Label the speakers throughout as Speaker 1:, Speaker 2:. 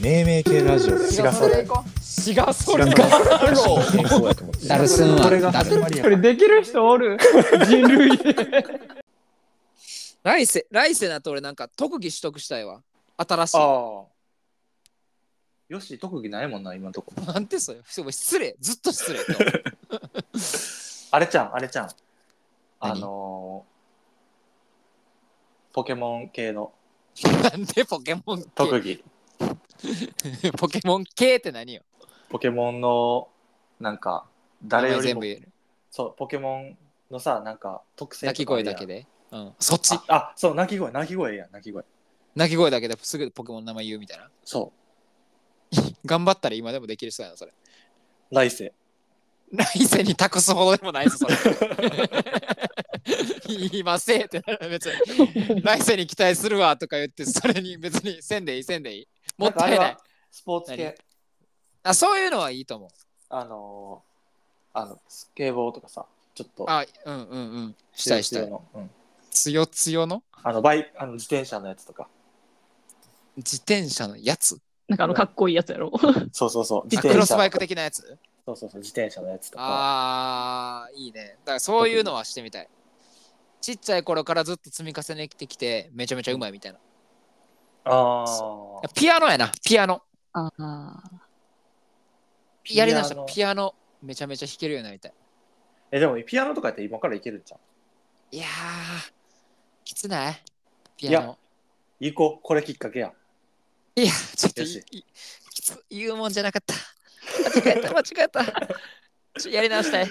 Speaker 1: 命名系ラジオだよ
Speaker 2: 違うそれ行こ
Speaker 3: 違うそれ
Speaker 1: 違う
Speaker 3: か
Speaker 1: 健康やと思って
Speaker 4: ダルスンは
Speaker 1: これが
Speaker 4: ダ
Speaker 1: 始
Speaker 4: ル
Speaker 1: まりや
Speaker 5: これできる人おる人類
Speaker 3: 来世来世だと俺なんか特技取得したいわ新し
Speaker 2: う
Speaker 3: い
Speaker 2: ああよし特技ないもんな今のとこ
Speaker 3: なんてそれすごい失礼ずっと失礼
Speaker 2: あれちゃんあれちゃんあ
Speaker 3: 何
Speaker 2: のーポケモン系の
Speaker 3: なんでポケモン系
Speaker 2: 特技
Speaker 3: ポケモン系って何よ
Speaker 2: ポケモンのなんか誰より
Speaker 3: 全部
Speaker 2: も
Speaker 3: 言える
Speaker 2: そうポケモンのさなんか特性
Speaker 3: 鳴き
Speaker 2: とかあ
Speaker 3: 声
Speaker 2: るや
Speaker 3: だ
Speaker 2: ん
Speaker 3: けで、うん、そっち
Speaker 2: ああそう鳴き声鳴き声やん鳴き声
Speaker 3: 鳴き声だけですぐポケモンの名前言うみたいな
Speaker 2: そ
Speaker 3: 頑張ったら今でもできる人やなそれ
Speaker 2: う来世
Speaker 3: 来世に託すほどでもないぞそれ 言いませんってなる別 に来世に期待するわとか言ってそれに別にせんでいいせんでいいもったいな
Speaker 2: んかあれ
Speaker 3: い
Speaker 2: はスポーツ系
Speaker 3: あそういうのはいいと思う
Speaker 2: あのーあのスケボーとかさちょっと
Speaker 3: あうんうんうんしたいしたい
Speaker 2: の、うん、
Speaker 3: 強強の
Speaker 2: あのバイあの自転車のやつとか
Speaker 3: 自転車のやつ
Speaker 5: なんかあのかっこいいやつやろ
Speaker 2: そうそうそう自
Speaker 3: あク
Speaker 2: 転
Speaker 3: ロス
Speaker 2: 車
Speaker 3: バイク的なやつ
Speaker 2: そうそうそう自転車のやつとか
Speaker 3: あーいいねだからそういうのはしてみたいちっちゃい頃からずっと積み重ねてきてめちゃめちゃうまいみたいな
Speaker 2: あー
Speaker 3: ピアノやなピアノ
Speaker 5: ああ
Speaker 2: ピア
Speaker 3: や
Speaker 2: ノ
Speaker 3: りだしたピアノめちゃめちゃ弾けるようになりたい
Speaker 2: えでもピアノとかやって今からいけるんじゃん
Speaker 3: いやーきつないピアノ
Speaker 2: 行こうこれきっかけや
Speaker 3: いやちょっと
Speaker 2: よ
Speaker 3: い
Speaker 2: し
Speaker 3: いきつ言うもんじゃなかった間違えた間違えたちょやり直したい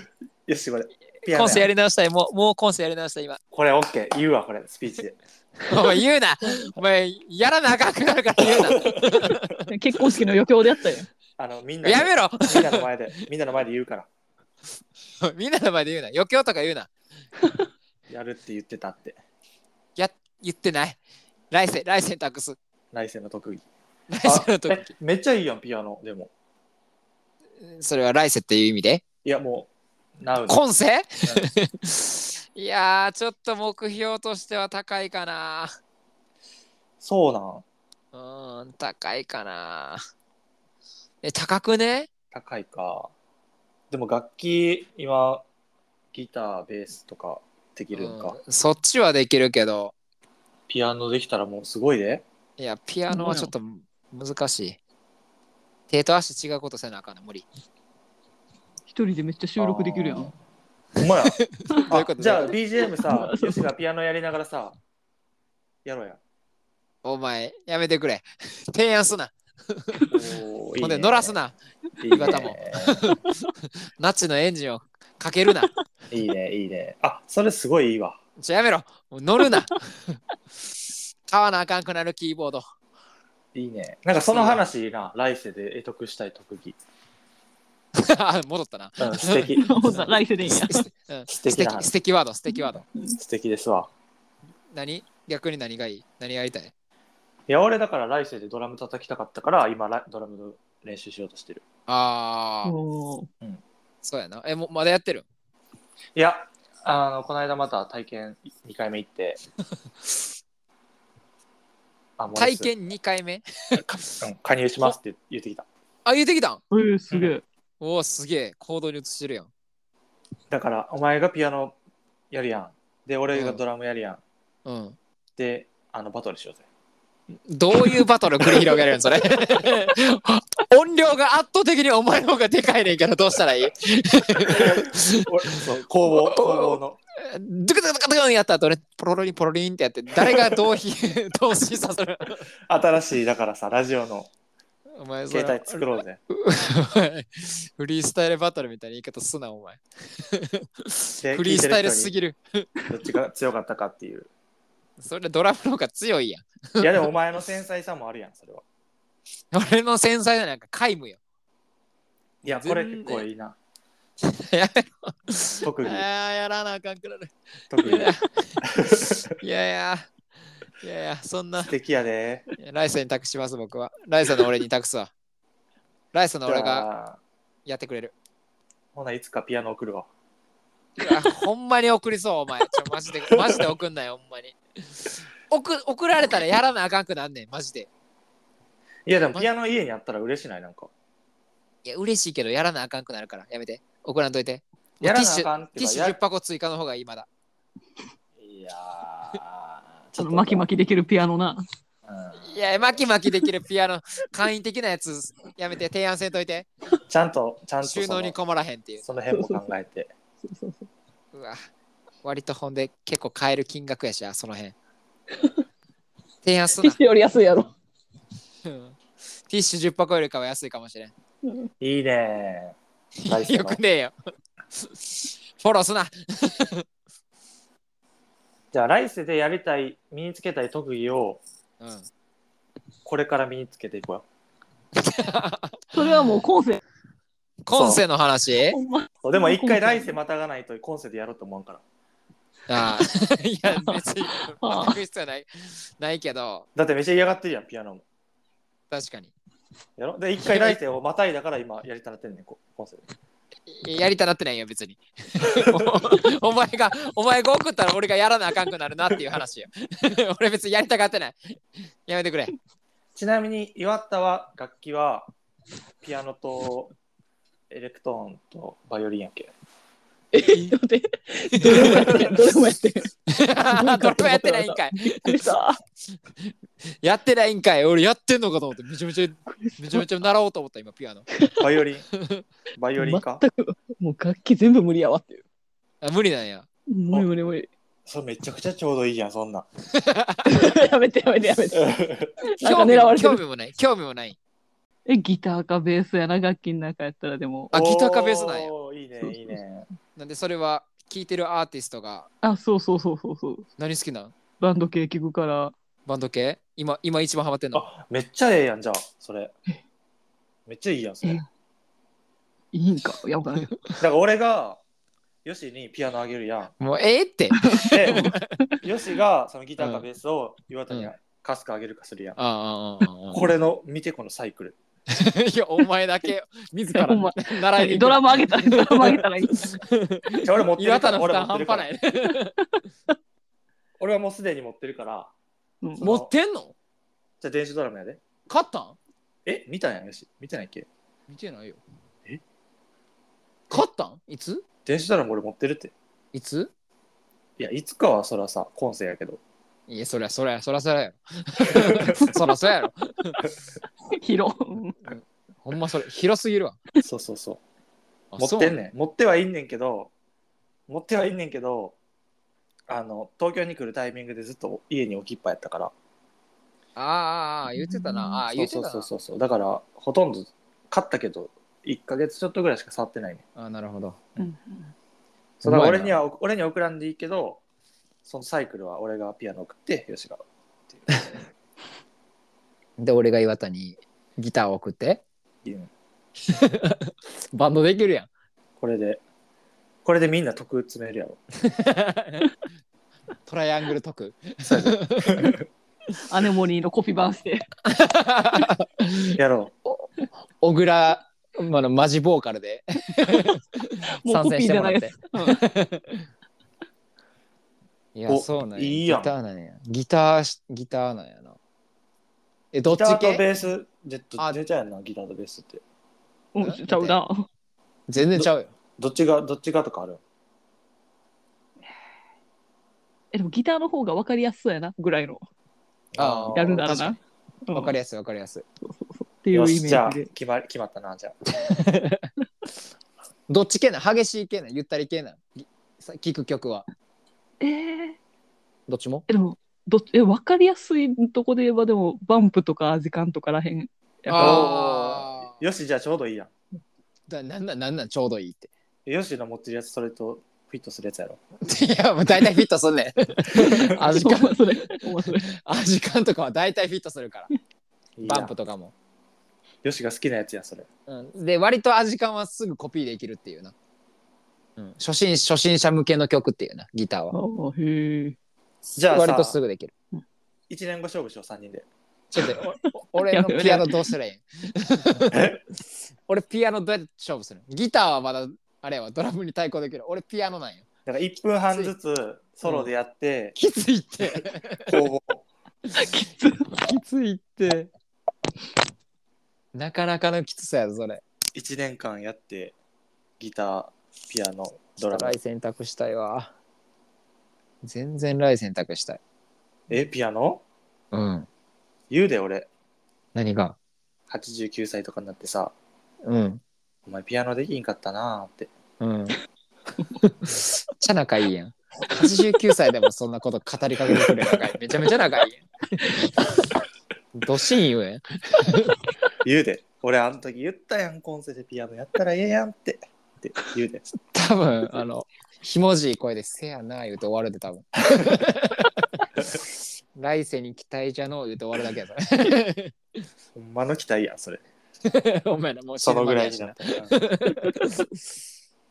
Speaker 2: よしこれピア
Speaker 3: コ
Speaker 2: ノ
Speaker 3: ンセや
Speaker 2: や
Speaker 3: り直したいもうもうコンセやり直したい今
Speaker 2: これオッケー言うわこれスピーチで
Speaker 3: お前言うなお前やらなあかんくなるから言う
Speaker 5: 結婚式の余興でやったよ
Speaker 2: あのみんな
Speaker 3: なやめろ
Speaker 2: みんなの前でみんなの前で言うから
Speaker 3: みんなの前で言うな余興とか言うな
Speaker 2: やるって言ってたって
Speaker 3: や言ってない来世来世に託す
Speaker 2: 来世の特技
Speaker 3: 来
Speaker 2: あ
Speaker 3: 世の時
Speaker 2: えめっちゃいいやんピアノでも
Speaker 3: それは来世っていう意味で
Speaker 2: いやもうなう
Speaker 3: 今世 いやーちょっと目標としては高いかな
Speaker 2: そうなん
Speaker 3: うーん高いかなえ高くね
Speaker 2: 高いかでも楽器今ギターベースとかできるんか、
Speaker 3: うんそっちはできるけど
Speaker 2: ピアノできたらもうすごいで
Speaker 3: いやピアノはちょっと難しい手と足違うことせなあかんね無理
Speaker 5: 一人でめっちゃ収録できるや
Speaker 2: あ
Speaker 5: ん
Speaker 2: ほんま や
Speaker 3: どうい
Speaker 2: あ
Speaker 3: うこと
Speaker 2: じゃあ BGM さ
Speaker 5: そう
Speaker 2: よしがピアノやりながらさやろうや
Speaker 3: お前やめてくれ 提案すな
Speaker 2: おー いい
Speaker 3: ほんで
Speaker 2: ね
Speaker 3: 乗らすない
Speaker 2: いね
Speaker 3: 岩田もナッチのエンジンをかけるない
Speaker 2: いねいいねあそれすごいいいわ
Speaker 3: ちょやめろもう乗るな 買わなあかんくなるキーボード
Speaker 2: いいねなんかその話いいな来世で得得したい特技、
Speaker 3: あ戻ったな
Speaker 2: うん、素敵
Speaker 5: ほ んならライフでいいや
Speaker 3: すすうん
Speaker 2: 素
Speaker 3: 素
Speaker 2: 敵な
Speaker 3: 敵素敵ワード素敵ワード
Speaker 2: 素敵ですわ
Speaker 3: 何逆に何がいい何やりたい
Speaker 2: いや俺だから来世でドラム叩きたかったから今ラドラムの練習しようとしてる
Speaker 3: ああ、
Speaker 5: おー
Speaker 3: そうやなえもうまだやってる
Speaker 2: いやあのこの間また体験2回目行って あもう
Speaker 3: 体験2回目
Speaker 2: うん加入しますって言ってきた
Speaker 3: あ言ってきたん
Speaker 5: えー、すげえ
Speaker 3: おおすげえ行動に移してるやん
Speaker 2: だからお前がピアノやるやんで俺がドラムやるやん、
Speaker 3: うん
Speaker 2: であのバトル しようぜ
Speaker 3: どういうバトル繰り広げるんそれ音量が圧倒的にお前の方がでかいねんけどどうしたらいい
Speaker 2: 俺そう工房工房の
Speaker 3: ドクドクドクドクンやった後ねポロロリンポロリンってやって誰がどうひどう審査する
Speaker 2: 新しいだからさラジオの
Speaker 3: お前それ
Speaker 2: 携帯作ろうぜ
Speaker 3: フリースタイルバトルみたいな言い方すなお前
Speaker 2: で
Speaker 3: フリースタイルすぎる
Speaker 2: 聞いてる人にどっちが強かったかっていう
Speaker 3: それドラムの方が強いやん
Speaker 2: いやでもお前の繊細さもあるやんそれは
Speaker 3: 俺の繊細ななんか皆無よ
Speaker 2: いやこれ結構いい な
Speaker 3: やめ
Speaker 2: 特
Speaker 3: ろ
Speaker 2: 技
Speaker 3: あーやらなあかんくなる
Speaker 2: 特技
Speaker 3: いやいやいやいやそんな
Speaker 2: 素敵やで
Speaker 3: 来世に託します僕は来世の俺に託すわ来世の俺
Speaker 2: じ
Speaker 3: が
Speaker 2: ゃあ
Speaker 3: やってくれる
Speaker 2: ほないつかピアノ送るわ
Speaker 3: いやほんまに送りそうお前ちょマジでマジで送んないほんまに送送られたらやらなあかんくなんねんマジで
Speaker 2: いやでもピアノ家にあったら嬉しないなんか。
Speaker 3: いや、嬉しいけど、やらなあかんくなるから、やめて。怒らんといて。
Speaker 2: やらなあかんって
Speaker 3: テ
Speaker 2: い
Speaker 3: ィッ
Speaker 2: うか
Speaker 3: シュ
Speaker 2: や
Speaker 3: 10箱追加の方がいい、まだ。
Speaker 2: いやー
Speaker 5: その巻き巻きできるピアノな。
Speaker 2: う
Speaker 3: いや、巻き巻きできるピアノ、簡易的なやつ、やめて、提案せんといて。
Speaker 2: んちゃんと、ちゃんと
Speaker 3: 収
Speaker 2: そ
Speaker 3: 納に
Speaker 2: の
Speaker 3: 困らへんっていう。
Speaker 2: その辺も考えて。
Speaker 5: そうそうそう
Speaker 3: うわ、割とほんで、結構買える金額やしな、その辺。提案す
Speaker 5: テ
Speaker 3: な
Speaker 5: ィッ。シュより安いやろ。
Speaker 3: うんティッシュ10箱よりかは安いかもしれん。
Speaker 2: いいねー。ダイソー
Speaker 3: よ
Speaker 2: の
Speaker 3: くねえよ。フォローすな。
Speaker 2: じゃあ来世でやりたい、身につけたい特技を
Speaker 3: うん。
Speaker 2: これから身につけていこうよ。
Speaker 5: それはもう後世。
Speaker 3: 今世の話
Speaker 5: ほんま
Speaker 2: そうでも一回来世またがないと今世でやろうと思うから。
Speaker 3: あ あ。いや、別に
Speaker 5: ああ
Speaker 3: 全く必要ないないけど、
Speaker 2: だってめっちゃ嫌がってるやん、ピアノも。
Speaker 3: 確かに。
Speaker 2: やろで、一回来世をまたいだから今やりたなってんねん、こ今世で。
Speaker 3: やりたなってないよ、別に。 おお前が、お前が送ったら俺がやらなあかんくなるなっていう話よ。 俺別にやりたがってない。やめてく れ。
Speaker 2: ちなみに岩田は楽器はピアノとエレクトーンとバイオリンやんけ。
Speaker 5: え、ちょっと待って。どれもやってない。 どれもやってない。
Speaker 3: どれもやってないんかい。
Speaker 5: びっくりした。
Speaker 3: やってないんかい。俺やってんのかと思って、めちゃめちゃ、めちゃめちゃ習おうと思った、今、ピアノ。
Speaker 2: バイオリンバイオリンか
Speaker 5: 全く、もう楽器全部無理やわっていう。
Speaker 3: あ無理なんや。
Speaker 5: 無理無理無 理。
Speaker 2: それめちゃくちゃちょうどいいやん、そんな。
Speaker 5: やめてやめてやめて。 なんか
Speaker 3: 興味
Speaker 5: 狙われて
Speaker 3: 興
Speaker 5: る。
Speaker 3: 味もない。興味もない。
Speaker 5: え、ギターかベースやな、楽器の中やったらでも。
Speaker 3: あ、
Speaker 2: お
Speaker 3: ギターかベースなんや。
Speaker 2: いいね、いいね。
Speaker 3: なんでそれは聴いてるアーティストが
Speaker 5: あ、そうそうそうそうそう。
Speaker 3: 何好きなん
Speaker 5: バンド系聞くから。
Speaker 3: バンド系今今一番ハマってんの
Speaker 2: めっちゃええやん、じゃあ、それ。めっちゃいいやん、それ。
Speaker 5: え
Speaker 2: だ
Speaker 5: いいん か。いや、わからんけど。
Speaker 2: から俺が、ヨシにピアノあげるやん。
Speaker 3: もうええって。
Speaker 2: で、ヨシがそのギターかベースを岩田に
Speaker 3: うん
Speaker 2: カスカあげるかするやん。
Speaker 3: ああああああ
Speaker 2: これの、見てこのサイクル。
Speaker 3: いや、お前だけ自ら
Speaker 5: ほんま
Speaker 3: 習いに行く
Speaker 5: ドラム上げ たら、ドラム上げたらいい。
Speaker 2: じゃあ俺持って
Speaker 3: 岩
Speaker 2: る
Speaker 3: 田
Speaker 2: か
Speaker 3: の
Speaker 2: ら、
Speaker 3: 負
Speaker 2: 俺
Speaker 3: 担
Speaker 2: 持っ
Speaker 3: 半
Speaker 2: て
Speaker 3: 端
Speaker 2: るから
Speaker 3: な。いね。
Speaker 2: 俺はもうすでに持ってるから、
Speaker 5: うん
Speaker 3: 持ってんの
Speaker 2: じゃあ電子ドラムやで。
Speaker 3: 勝ったん
Speaker 2: え、見たんやん、ヨシ。見てないっけ
Speaker 3: 見てないよ。
Speaker 2: え
Speaker 3: 勝ったんいつ
Speaker 2: 電子ドラム俺持ってるって。
Speaker 3: いつ
Speaker 2: いや、いつかはそらさ、今世やけど。
Speaker 3: いや、そりゃそりゃそりゃそり ゃやろ。そりゃそりゃやろ。
Speaker 5: 広。うん
Speaker 3: ほんまそれ、広すぎるわ。
Speaker 2: そうそうそう。
Speaker 3: あ
Speaker 2: 持ってんねん持ってはいんねんけど持ってはいんねんけどあの東京に来るタイミングでずっと家に置きっぱやったから
Speaker 3: そうなんああああ、言ってたな。ああ、
Speaker 2: そ
Speaker 3: 言
Speaker 2: う
Speaker 3: ってた
Speaker 2: そう
Speaker 3: な。
Speaker 2: そうそうそうだからほとんど買ったけど1か月ちょっとぐらいしか触ってないね
Speaker 3: ああ、なるほど。
Speaker 5: うん
Speaker 2: そうだから
Speaker 3: うまい
Speaker 2: 俺
Speaker 3: な
Speaker 2: には俺には送らんでいいけどそのサイクルは俺がピアノ送ってよしが
Speaker 3: で、俺が岩田にギターを送って、
Speaker 2: うん
Speaker 3: バンドできるやん。
Speaker 2: これでこれでみんな得詰めるや ろ
Speaker 3: トライアングル得。
Speaker 5: アネモニーのコピー版して。
Speaker 2: やろ
Speaker 3: 小倉、まあの、マジボーカルで
Speaker 5: もう
Speaker 3: 参
Speaker 5: コピー
Speaker 3: 戦して
Speaker 5: じゃ
Speaker 3: も
Speaker 5: ない
Speaker 3: らっ
Speaker 5: で
Speaker 3: て
Speaker 5: す。。
Speaker 3: いや、
Speaker 2: お
Speaker 3: そうなんや。
Speaker 2: いいやん
Speaker 3: ギターなんや。ギターし、ギターなんやな。え、ど
Speaker 2: う
Speaker 3: っ
Speaker 2: ギタ
Speaker 3: ち
Speaker 2: ーと
Speaker 3: 系
Speaker 2: ベースで
Speaker 3: あ
Speaker 2: 出ちゃうやんなギターとベースって
Speaker 5: うん、ちゃうな。
Speaker 3: 全然ちゃうよ。
Speaker 2: どっちがどっちがとかある
Speaker 5: え、でもギターの方が分かりやすそうやな、ぐらいの。
Speaker 3: あー
Speaker 5: やるなら
Speaker 3: 確か
Speaker 5: な。うん
Speaker 3: わかりやすい、わかりやすい。
Speaker 5: っていうイ
Speaker 2: よ
Speaker 5: メ
Speaker 2: しじゃ
Speaker 5: ー
Speaker 2: あ
Speaker 5: ジで。
Speaker 2: 決まり決まったなじゃあ
Speaker 3: どっち系なん激しい系なんゆったり系なんぎさ聞く曲は。
Speaker 5: えー
Speaker 3: どっちも
Speaker 5: え、でも、どっえ、分かりやすいとこで言えば、でも、バンプとか時間とからへん。やっぱ
Speaker 3: ああ。
Speaker 2: よしじゃあちょうどいいやん
Speaker 3: だなんなんなんなんちょうどいいって。
Speaker 2: ヨシの持ってるやつそれとフィットするやつやろ。
Speaker 3: いや、もう大体フィットすんねん。 アジカン
Speaker 5: お前 それ。お前それ。
Speaker 3: アジカンとかは大体フィットするから。バンプ
Speaker 2: と。
Speaker 3: とかも。
Speaker 2: ヨシが好きなやつやそれ。
Speaker 3: うん、で、割とアジカンはすぐコピーできるっていうな。うん、初心初心者向けの曲っていうな、ギター
Speaker 5: あ
Speaker 3: は。
Speaker 5: あ、へえ。
Speaker 2: じゃあ
Speaker 3: 割とす
Speaker 2: さ、
Speaker 3: ぐできる。
Speaker 2: 一年後勝負しよう三 人で。
Speaker 3: ちょっとお俺のピアノどうしたらいいん俺ピアノどうやって勝負するのギターはまだあれはドラムに対抗できる。俺ピアノなんよ。
Speaker 2: だから一分半ずつソロでやって、
Speaker 3: き ついって。
Speaker 2: こう
Speaker 3: きついって。なかなかのきつさやぞ、それ。
Speaker 2: 1年間やってギターピアノドラム
Speaker 3: 来選択したいわ。全然来選択したい。
Speaker 2: えピアノ
Speaker 3: うん。
Speaker 2: 言うで俺
Speaker 3: 何が
Speaker 2: 89歳とかになってさ
Speaker 3: うん。
Speaker 2: 「お前ピアノできんかったな」って
Speaker 3: うん。ちゃ仲いいやん。89歳でもそんなこと語りかけてくれる仲いい。めちゃめちゃ仲いいやん。どしん言うやん。
Speaker 2: 言うで俺あの時言ったやん今世でピアノやったらええやんってって言う で
Speaker 3: 多分、あの、ひもじい声でせやな言うて終わるで多 分。来世に期待じゃのう言うて終わるだけやそれ。
Speaker 2: ほんまの期待やんそれ
Speaker 3: お前らもう死
Speaker 2: そ
Speaker 3: ぬ
Speaker 2: の
Speaker 3: まで
Speaker 2: ぐらい
Speaker 3: や
Speaker 2: に
Speaker 3: し
Speaker 2: なったら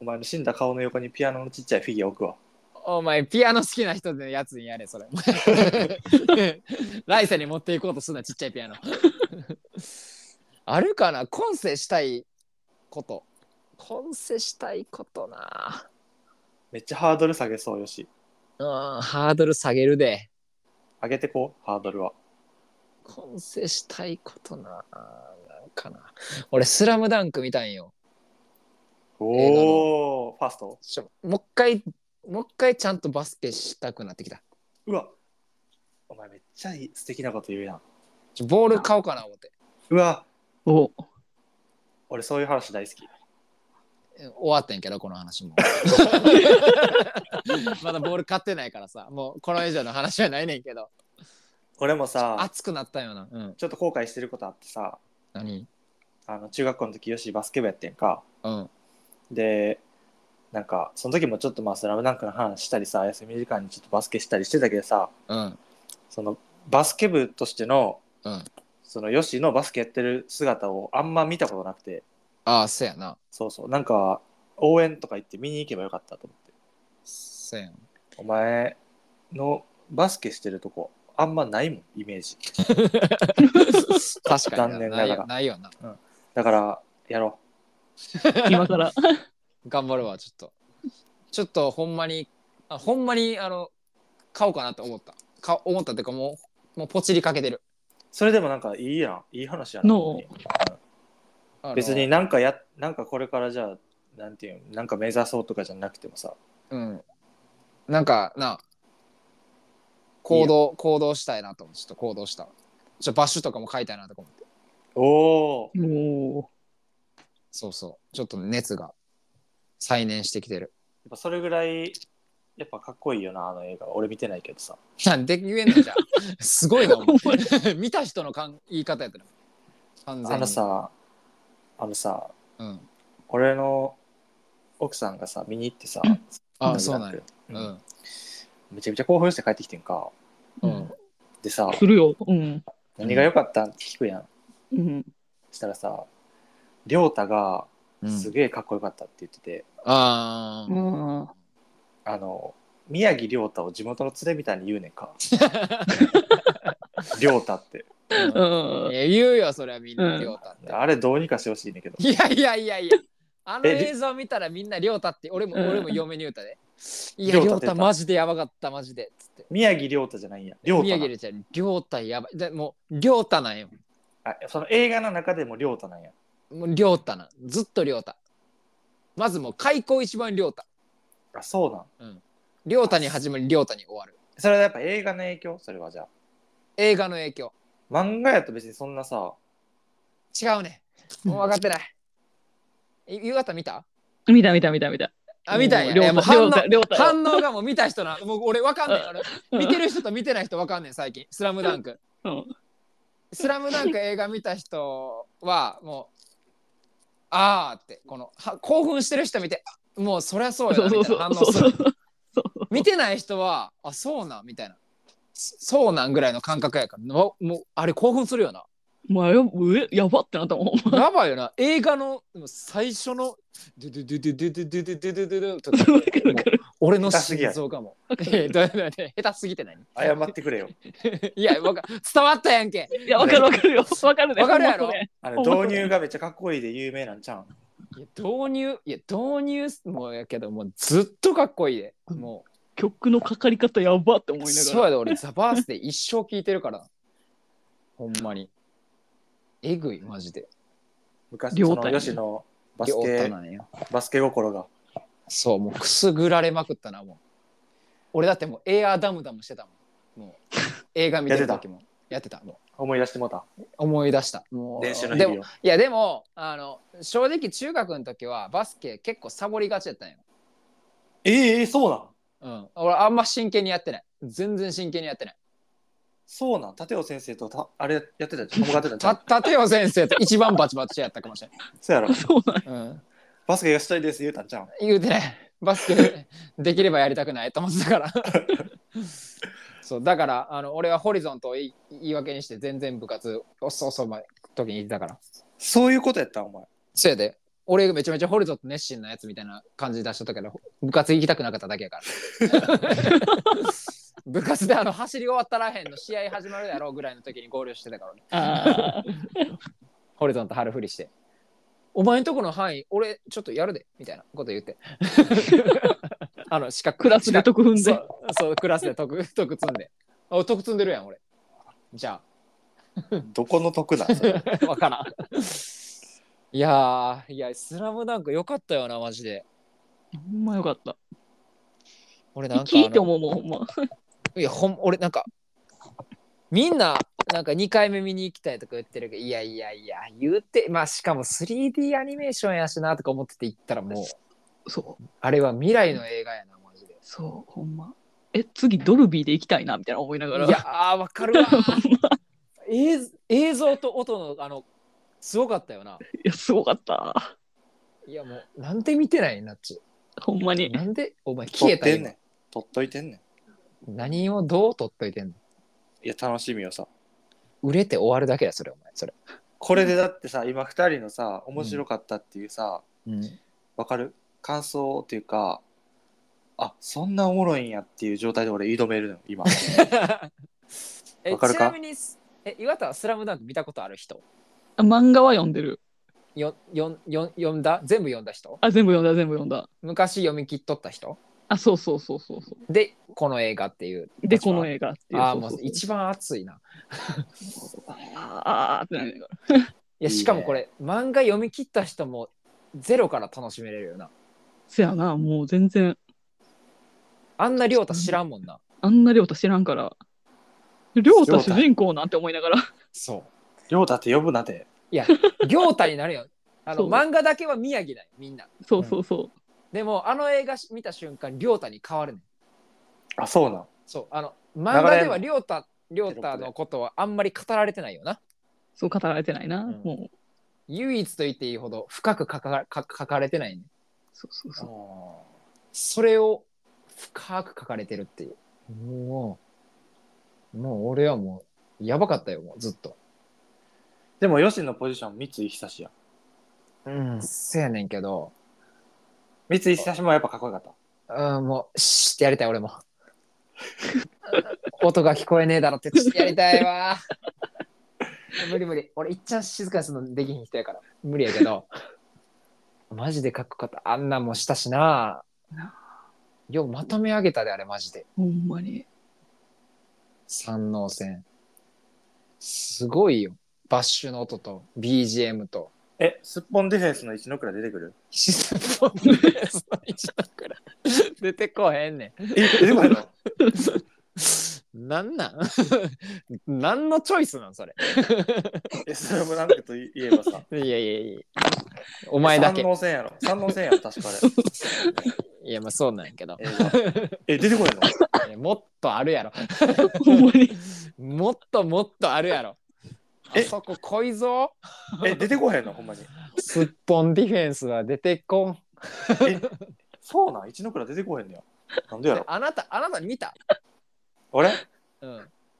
Speaker 2: お前の死んだ顔の横にピアノのちっちゃいフィギュア置くわ
Speaker 3: お前、ピアノ好きな人のやつにやれ、それ。来世に持っていこうとすんな、ちっちゃいピアノ。あるかな今世したいこと。今世したいことな。
Speaker 2: めっちゃハードル下げそうよし
Speaker 3: うん、ハードル下げるで。
Speaker 2: 上げてこうハードルは
Speaker 3: 今世したいことな。なんかな。俺、スラムダンク見たんよ。映画
Speaker 2: おおファースト
Speaker 3: ちょもう一回、もう一回ちゃんとバスケしたくなってきた。
Speaker 2: うわお前めっちゃいい素敵なこと言うやん
Speaker 3: ちょボール買おうかな、思って。
Speaker 2: うわ
Speaker 5: お
Speaker 2: 俺そういう話大好き
Speaker 3: 終わったんやけどこの話 もまだボール買ってないからさもうこの以上の話はないねんけど
Speaker 2: 俺もさ
Speaker 3: 熱くなったよな、うん、
Speaker 2: ちょっと後悔してることあってさ
Speaker 3: 何
Speaker 2: あの中学校の時よしバスケ部やってんか
Speaker 3: うん
Speaker 2: でなんかその時もちょっとまあ「スラムダンクの話したりさ休み時間にちょっとバスケしたりしてたけどさ
Speaker 3: うん
Speaker 2: そのバスケ部としての
Speaker 3: うん
Speaker 2: そのよしのバスケやってる姿をあんま見たことなくて
Speaker 3: ああそうやな
Speaker 2: そうそうなんか応援とか行って見に行けばよかったと思って
Speaker 3: そうやん
Speaker 2: お前のバスケしてるとこあんまないもんイメージ
Speaker 3: 確かに
Speaker 2: 残念ながら
Speaker 3: いよないよな
Speaker 2: だからやろ
Speaker 5: 今 から。
Speaker 3: 頑張るわちょっとちょっとほんまにあほんまにあの買おうかなって思ったか思ったっていうかもうもうポチりかけてる
Speaker 2: うそれでもなんかいいやんいい話やな
Speaker 5: の
Speaker 2: ほんまに
Speaker 3: あの
Speaker 2: 別になんかやなんかこれからじゃあなんていうのなんか目指そうとかじゃなくてもさ
Speaker 3: うんなんかな行動行動したいなと思ってちょっと行動したちょっとバッシュとかも書いたいなとか思って
Speaker 2: おお
Speaker 5: おー
Speaker 3: そうそうちょっと熱が再燃してきてる
Speaker 2: やっぱそれぐらいやっぱかっこいいよなあの映画俺見てないけどさ
Speaker 3: なんで言えんのじゃんすごいなお
Speaker 5: ほんまに
Speaker 3: 前 見た人のかん言い方やったな完全に
Speaker 2: あのさあのさ
Speaker 3: うん
Speaker 2: 俺の奥さんがさ見に行ってさ
Speaker 3: あそうなんや
Speaker 2: く
Speaker 3: うん
Speaker 2: めちゃめちゃ興奮して帰ってきてんか
Speaker 3: うん
Speaker 2: でさ
Speaker 5: するよ。うん。
Speaker 2: 何が良かったんって聞くやん
Speaker 5: うん。
Speaker 2: したらさ亮太が
Speaker 3: うん
Speaker 2: すげえかっこよかったって言ってて、
Speaker 3: あー
Speaker 5: うん。
Speaker 2: あの宮城亮太を地元の連れみたいに言うねん か亮太って
Speaker 5: うん
Speaker 3: い。や言うよそれはみんな
Speaker 5: うん
Speaker 3: 亮太って
Speaker 2: あれどうにかしてほしいねんけど
Speaker 3: いやいやいやいや、あの
Speaker 2: えり
Speaker 3: 映像見たらみんな亮太って、俺も、
Speaker 5: うん
Speaker 3: 俺も嫁に言うたで。いや、
Speaker 2: 亮
Speaker 3: 亮
Speaker 2: 太って
Speaker 3: 太
Speaker 2: 言った
Speaker 3: マジでやばかった、マジで。つって。
Speaker 2: 宮城亮太じゃないんや亮太
Speaker 3: 宮
Speaker 2: な
Speaker 3: 城ちゃん、亮太やばい。でもう、亮太なんよ。
Speaker 2: あその映画の中でも亮太なんや
Speaker 3: もう亮太なん。ずっと亮太。まずもう、開口一番亮太。
Speaker 2: あそうなん
Speaker 3: 亮太に始まり、亮太に終わる。
Speaker 2: それはやっぱ映画の影響それはじゃあ
Speaker 3: 映画の影響。
Speaker 2: 漫画やと別にそんなさ
Speaker 3: 違うね。もう分かってない。え夕方見た
Speaker 5: 見た見た見た見た。
Speaker 3: あ、見たん
Speaker 5: う
Speaker 3: や。
Speaker 5: ん
Speaker 3: いやも
Speaker 5: 亮
Speaker 3: う反応
Speaker 5: 太、亮太。
Speaker 3: 反応がもう見た人な。もう俺分かんない。あれ
Speaker 5: うん
Speaker 3: 見てる人と見てない人分かんねん、最近。スラムダンク。
Speaker 5: うん
Speaker 3: スラムダンク映画見た人はもうあーってこのは興奮してる人見てあもうそりゃそう
Speaker 5: そ
Speaker 3: や
Speaker 5: う
Speaker 3: な
Speaker 5: そう
Speaker 3: みたい
Speaker 5: そ
Speaker 3: な
Speaker 5: う。
Speaker 3: 反応す
Speaker 5: そ
Speaker 3: る
Speaker 5: うそう。
Speaker 3: 見てない人はあそうなんみたいなそそうなんぐらいの感覚やからもうもうあれ興奮するよな
Speaker 5: まあ、やえやばってなったもん。
Speaker 3: やばいよな映画のでも最初のドゥドゥドゥドゥドゥドゥドゥドゥドゥドゥとか
Speaker 5: わかるわかる。
Speaker 3: 俺の
Speaker 2: 下手すぎや
Speaker 3: 心臓がもうえどうやどうやどうや下手すぎて何
Speaker 2: 謝ってくれよ
Speaker 3: いやわか伝わったやんけ
Speaker 5: いや、わかるわかるよ。わかるね。
Speaker 3: わかるやろ
Speaker 5: ほんまそうね
Speaker 2: あれ 導入がめっちゃかっこいいで有名なんちゃうん
Speaker 3: いや導入いや導入もやけどもうずっとかっこいいでも
Speaker 5: 曲のかかり方やばって思いうな
Speaker 3: そう
Speaker 5: が
Speaker 3: やで俺ザバース で一生聴いてるからほんまにえぐいマジで
Speaker 2: 昔
Speaker 5: 両
Speaker 2: そ
Speaker 5: 体
Speaker 2: の吉のバス
Speaker 1: 両手
Speaker 2: ケ
Speaker 1: なんよ。
Speaker 2: バスケ心が
Speaker 3: そう、もうくすぐられまくったな、もう。俺だってもうエアーダムダムしてたもん。も う映画見てる時も。やってた、も
Speaker 2: 思い出してもうた
Speaker 3: う。思い出した。もう
Speaker 2: 練習の日
Speaker 3: で
Speaker 2: 々
Speaker 3: も
Speaker 2: を
Speaker 3: いや、でも、あの、正直中学の時はバスケ結構サボりがちだったんよ。
Speaker 2: ええそうなん
Speaker 3: うん。俺あんま真剣にやってない。全然真剣にやってない。
Speaker 2: そうなん立尾先生とたあれやってたじゃん友達だった
Speaker 3: た、
Speaker 2: じ
Speaker 3: 立尾先生と一番バチバチやったかもしれ
Speaker 2: ゃんそうやろ
Speaker 5: そうなん
Speaker 3: ない。うん。
Speaker 2: バスケがしたいです言うたんじゃん
Speaker 3: 言うてない。バスケできればやりたくないと思ってたから。 そうだからあの俺はホリゾンと言い言い訳にして全然部活遅遅まで時に行ってたから
Speaker 2: そういうことやったんお前
Speaker 3: そやで俺がめちゃめちゃホリゾンと熱心なやつみたいな感じ出しとったけど部活行きたくなかっただけやから 部活であの走り終わったらへんの試合始まるやろうぐらいの時に合流してたから、ね、
Speaker 5: あー
Speaker 3: ホリゾンと春振りして「お前んとこの範囲俺ちょっとやるで」みたいなこ と言ってあの資格
Speaker 5: クラスで得分
Speaker 3: そ
Speaker 5: で
Speaker 3: うそうクラスで得得積んであ得積んでるやん俺じゃ
Speaker 2: どこの得だそれ
Speaker 3: あわからんいやーいや「スラムダンク良かったよなマジで
Speaker 5: ほんまよかった
Speaker 3: 俺なんか
Speaker 5: 生
Speaker 3: あ
Speaker 5: きって
Speaker 3: の
Speaker 5: 思うもんほんま
Speaker 3: いやほん俺なんかみんななんか2回目見に行きたいとか言ってるけどいやいやいや言うてまあしかも 3D アニメーションやしなとか思ってて行ったらもう
Speaker 5: そう
Speaker 3: あれは未来の映画やなマジで
Speaker 5: そうほんまえ次ドルビーで行きたいなみたいな思いながら
Speaker 3: いやーわかるわー映像映像と音のあのすごかったよない
Speaker 5: やすごかった
Speaker 3: いやもうなんで見てないなっち
Speaker 5: ほんまに
Speaker 3: なんでお前消
Speaker 2: 取
Speaker 3: え
Speaker 2: ったてん
Speaker 3: 今
Speaker 2: ねん取っといてんね
Speaker 3: 何をどう取っといてんの
Speaker 2: んいや楽しみよさ
Speaker 3: 売れて終わるだけだそれお前それ、
Speaker 2: これでだってさ今二人のさ面白かったっていうさわかる感想っていうかあそんなおもろいんやっていう状態で俺挑めるの 今
Speaker 3: え
Speaker 2: わかる
Speaker 3: ち
Speaker 2: か
Speaker 3: なみにえ岩田は「スラムダンク見たことある人
Speaker 5: 漫画は読んでる
Speaker 3: よよよ読んだ全部読んだ人
Speaker 5: あ全部読んだ全部読んだ
Speaker 3: 昔読み切っとった人
Speaker 5: あそうそうそうそうそ
Speaker 3: でこの映画っていう
Speaker 5: うでこの映画っていう
Speaker 3: ああ
Speaker 5: そう
Speaker 3: も
Speaker 5: そううそう
Speaker 3: 一番熱いな
Speaker 5: あーあーってなりながら
Speaker 3: いやしかもこれ漫画読み切った人もゼロから楽しめれるよな
Speaker 5: せやなもう全然
Speaker 3: あんな亮太知らんもんな
Speaker 5: あんな亮太知らんから亮太主人公なんて思いながら
Speaker 3: そう
Speaker 2: 亮太って呼ぶなて
Speaker 3: いや亮太になるよあ
Speaker 5: そ
Speaker 3: の
Speaker 5: う
Speaker 3: 漫画だけは宮城だよみんな
Speaker 5: そうそうそう
Speaker 3: でもあの映画し見た瞬間亮太に変わるねん
Speaker 2: あそうなん
Speaker 3: そうあの漫画では
Speaker 2: 流
Speaker 3: 亮太亮太のことはあんまり語られてないよな
Speaker 5: そう語られてないな、
Speaker 3: うん
Speaker 5: もう
Speaker 3: 唯一と言っていいほど深く書かか書かれてないねん
Speaker 5: そうそうそう
Speaker 2: あ
Speaker 3: それを深く書かれてるっていうもうもう俺はもうやばかったよもうずっと
Speaker 2: ーでも吉野のポジション三井久志や
Speaker 3: うんせやねんけど
Speaker 2: 三井久志もやっぱかっこよかった
Speaker 3: うんもうシーってやりたい俺も 音が聞こえねえだろってやりたいわ 無理無理俺いっちゃん静かにするのできひん人やから無理やけど マジでかっこよかったあんなんもしたしなようまとめ上げたであれマジで
Speaker 5: ほんまに
Speaker 3: 三能線すごいよバッシュの音と BGM と
Speaker 2: えすっぽんディフェンスの一ノ倉出てくる
Speaker 3: 静かにするの一緒だから 出てこへんねん
Speaker 2: え出てこないの
Speaker 3: なんなん 何のチョイスなんそれ。
Speaker 2: えスラムダンクとい言えばさ
Speaker 3: いやいやいや。お前だけ
Speaker 2: 三。能線やろ三能線やろ確かあれ
Speaker 3: いやまあそうなんやけど。
Speaker 2: 映画え出てこないの
Speaker 3: いやもっとあるやろ。
Speaker 5: ほんまに
Speaker 3: もっともっとあるやろ。あ
Speaker 2: え
Speaker 3: そこ来いぞ。
Speaker 2: え出てこへんのほんまに
Speaker 3: すっぽんディフェンスは出てこん。
Speaker 2: えそうなん一ノ倉出てこへんのよなんでやろ
Speaker 3: あなた、あなた見た。
Speaker 2: あれ
Speaker 3: うん。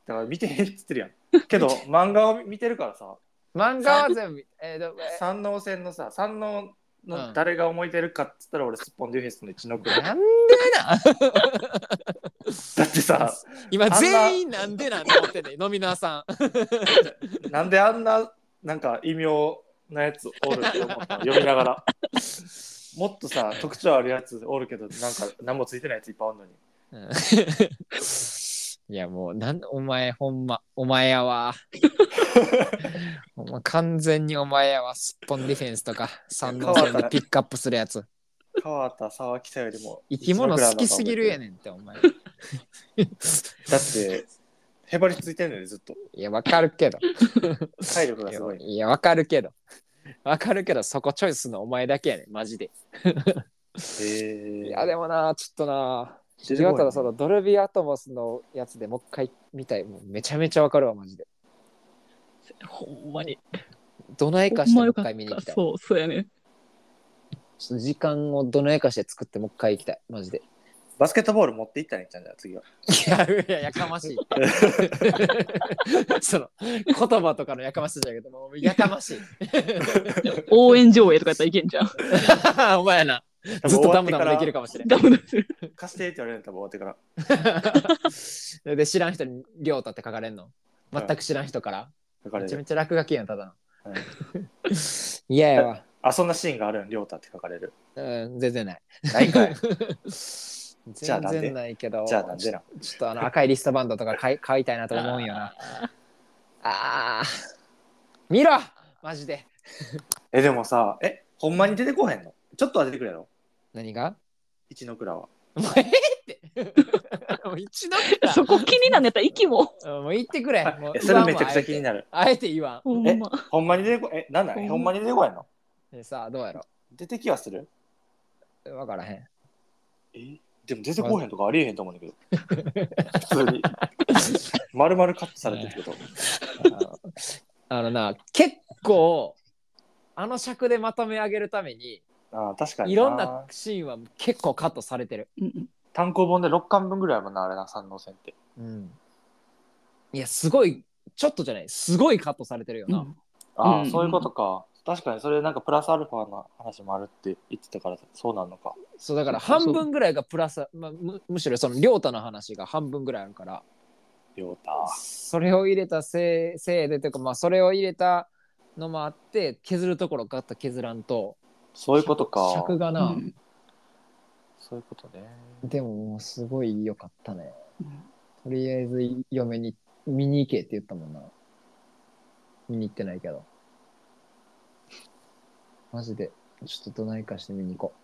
Speaker 2: だから見てへんっつっ てるやんけど漫画を見てるからさ
Speaker 3: 漫画は全部。えーでもえ
Speaker 2: 三能線のさ三能
Speaker 3: うん
Speaker 2: の誰が思い出るかっつったら俺スッポンデューフェスの一ノ
Speaker 3: ー
Speaker 2: 倉だ
Speaker 3: なんでなん
Speaker 2: ってさ
Speaker 3: 今
Speaker 2: んな
Speaker 3: 全員なんでなんて思ってんねん飲みなさん。
Speaker 2: なんであんななんか異名なやつおるって思ったの読みながらもっとさ特徴あるやつおるけどなんか何もついてないやついっぱいおんのに
Speaker 3: うんいやもうなんお前ほんまお前や わほんま完全にお前やわすっぽんディフェンスとか三能線でピックアップするやつ
Speaker 2: 川田沢北よりも
Speaker 3: 生き物好きすぎるや
Speaker 2: ん
Speaker 3: ねんってお前
Speaker 2: だってへばりついてんのよねずっと
Speaker 3: いやわかるけど
Speaker 2: 体力がすごい
Speaker 3: いやわかるけどわかるけどそこチョイスのお前だけやねんマジで
Speaker 2: へえ
Speaker 3: いやでもなちょっとな
Speaker 2: すごいね
Speaker 3: 違ったらそのドルビーアトモスのやつでもう一回見たいもうめちゃめちゃわかるわマジで
Speaker 5: ほんまに。
Speaker 3: どないかし
Speaker 5: ほんま
Speaker 3: てもう
Speaker 5: よ
Speaker 3: 一
Speaker 5: かっ
Speaker 3: 回見に行きた
Speaker 5: た。
Speaker 3: い
Speaker 5: そう、そうやね。
Speaker 3: ちょっと時間をどないかして作ってもう一回行きたいマジで
Speaker 2: バスケットボール持っていったらいいんじゃんじゃあ次はい
Speaker 3: や、いややかましいって。 その言葉とかのやかましさじゃなくて、もうやかましい。
Speaker 5: 応援上映とかやったらいけんじゃん。
Speaker 3: お前やな。ずっとダムダムできるかもしれ
Speaker 5: ダメだ。
Speaker 2: 貸してって言われるの多分終わってから
Speaker 3: ん。で、知らん人に、りょうたって書かれんの。全く知らん人から。
Speaker 2: 書かれ
Speaker 3: めちゃ
Speaker 2: る
Speaker 3: めちゃ落書きやん、ただの
Speaker 2: は。
Speaker 3: いややわ。
Speaker 2: あそんなシーンがあるんりょうたって書かれる
Speaker 3: うん、全然ない。
Speaker 2: ない かい
Speaker 3: 全
Speaker 2: ゃあなんで
Speaker 3: 然ないけど、
Speaker 2: じゃあなんでな
Speaker 3: ちょっとあの赤いリストバンドとか買い 買いたいなと思うんよな。ああ。見ろマジで。
Speaker 2: えでもさえほんまに出てこへんのちょっとは出てくれろ
Speaker 3: 何が
Speaker 2: 一ノ倉は
Speaker 3: もうええって。 もう一度くらい
Speaker 5: そこ気になんねやったら息も。
Speaker 3: うんもう言ってくれ。もう
Speaker 2: えそれめちゃくちゃ気に
Speaker 3: なる。
Speaker 2: なる
Speaker 3: あえて言わ
Speaker 5: ほん
Speaker 2: え
Speaker 5: ま。
Speaker 2: ほんまに出てこえなんな
Speaker 5: ほん
Speaker 2: ん
Speaker 5: ま
Speaker 2: ほんまに出てこへんの
Speaker 3: ん。でさあ、どうやろ
Speaker 2: 出てきはする
Speaker 3: うわからへん。
Speaker 2: えでも出てこへんとかありえへんと思うんだけど 普通に 丸々カットされてるけど
Speaker 3: あのあのな、結構、あの尺でまとめ上げるために、
Speaker 2: あー確かに
Speaker 3: いろんなシーンは結構カットされてる。
Speaker 5: うん
Speaker 2: 単行本で6巻分ぐらいあるもんなあれな三能線って
Speaker 3: うん。いや、すごい、ちょっとじゃない、すごいカットされてるよ
Speaker 5: う
Speaker 3: な。
Speaker 5: ん。
Speaker 2: ああ、
Speaker 5: うん
Speaker 2: そういうことか確かにそれなんかプラスアルファな話もあるって言ってたからそうなのか
Speaker 3: そうだから
Speaker 5: そう
Speaker 3: 半分ぐらいがプラス、まあ、むむしろその亮太の話が半分ぐらいあるから
Speaker 2: 亮太
Speaker 3: それを入れたせいせいでというか、まあ、それを入れたのもあって削るところガッと削らんと
Speaker 2: そういうことか
Speaker 3: 尺がな、
Speaker 5: うん
Speaker 2: そういうことね
Speaker 3: でももうすごい良かったね
Speaker 5: うん
Speaker 3: とりあえず嫁に見に行けって言ったもんな見に行ってないけどマジでちょっとどないかして見に行こ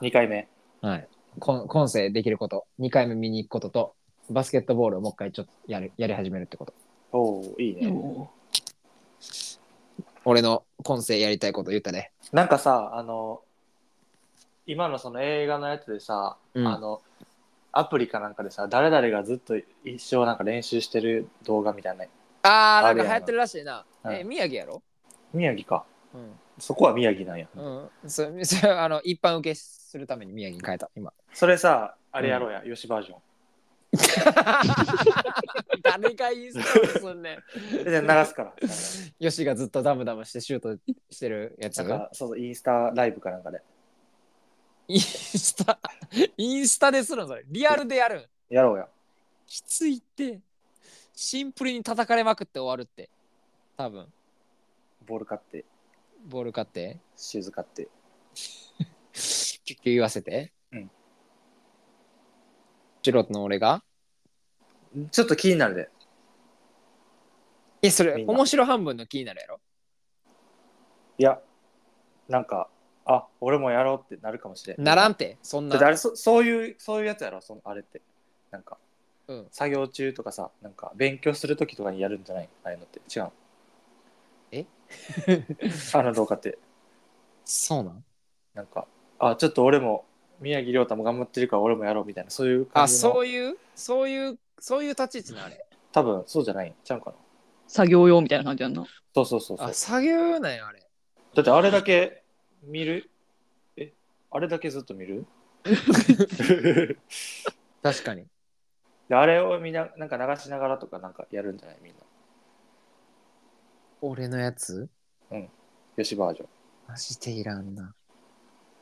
Speaker 2: 2回目
Speaker 3: うはい今今世できること2回目見に行くこととバスケットボールをもう一回ちょっとやるやり始めるってこと
Speaker 2: おおいいね、
Speaker 5: お
Speaker 3: 俺の今世やりたいこと言ったね
Speaker 2: なんかさあの今のその映画のやつでさ、
Speaker 3: うん
Speaker 2: あのアプリかなんかでさ誰々がずっと一生なんか練習してる動画みたいな
Speaker 3: あ
Speaker 2: ーなんか流行って
Speaker 3: るらしいな
Speaker 2: え
Speaker 3: 宮城やろ
Speaker 2: 宮城か
Speaker 3: うん
Speaker 2: そこは宮城なんや、
Speaker 3: うん、それそれあの一般受けするために宮城に変えた今
Speaker 2: それさあれやろうや、よしバージョン
Speaker 3: 誰がいいスタートすんねん
Speaker 2: で流すから
Speaker 3: ヨシがずっとダムダムしてシュートしてるやつ
Speaker 2: なんかそうそうインスタライブかなんかで
Speaker 3: インスタインスタでするのそれリアルでやるん
Speaker 2: やろうや
Speaker 3: きついってシンプルに叩かれまくって終わるって多分
Speaker 2: ボール買って
Speaker 3: ボール買って
Speaker 2: シューズ買って
Speaker 3: キュッキュ言わせて
Speaker 2: うん
Speaker 3: 素人の俺が
Speaker 2: ちょっと気になるで
Speaker 3: えそれ
Speaker 2: みんな
Speaker 3: 面白半分の気になるやろ
Speaker 2: いやなんかあ俺もやろうってなるかもしれん
Speaker 3: ならんてそん
Speaker 2: だ
Speaker 3: な
Speaker 2: ってあれそそういうそういうやつやろそのあれってなんか
Speaker 3: うん
Speaker 2: 作業中とかさなんか勉強する時とかにやるんじゃないああいうのって違う
Speaker 3: え
Speaker 2: あの動画って
Speaker 3: そうなん
Speaker 2: なんかあちょっと俺も宮城亮太も頑張ってるから俺もやろうみたいなそういう感
Speaker 3: あ
Speaker 2: じの
Speaker 3: そういうそういうそういう立ち位置なあれ
Speaker 2: 多分そうじゃないちゃうかな
Speaker 5: 作業用みたいな感じやんな。
Speaker 2: そうそうそうそう
Speaker 3: あ作業なんやあれ
Speaker 2: だってあれだけ見るえあれだけずっと見る
Speaker 3: 確かに
Speaker 2: であれをみんななんか流しながらとかなんかやるんじゃないみんな
Speaker 3: 俺のやつ
Speaker 2: よしバージョン
Speaker 3: マジでいらんな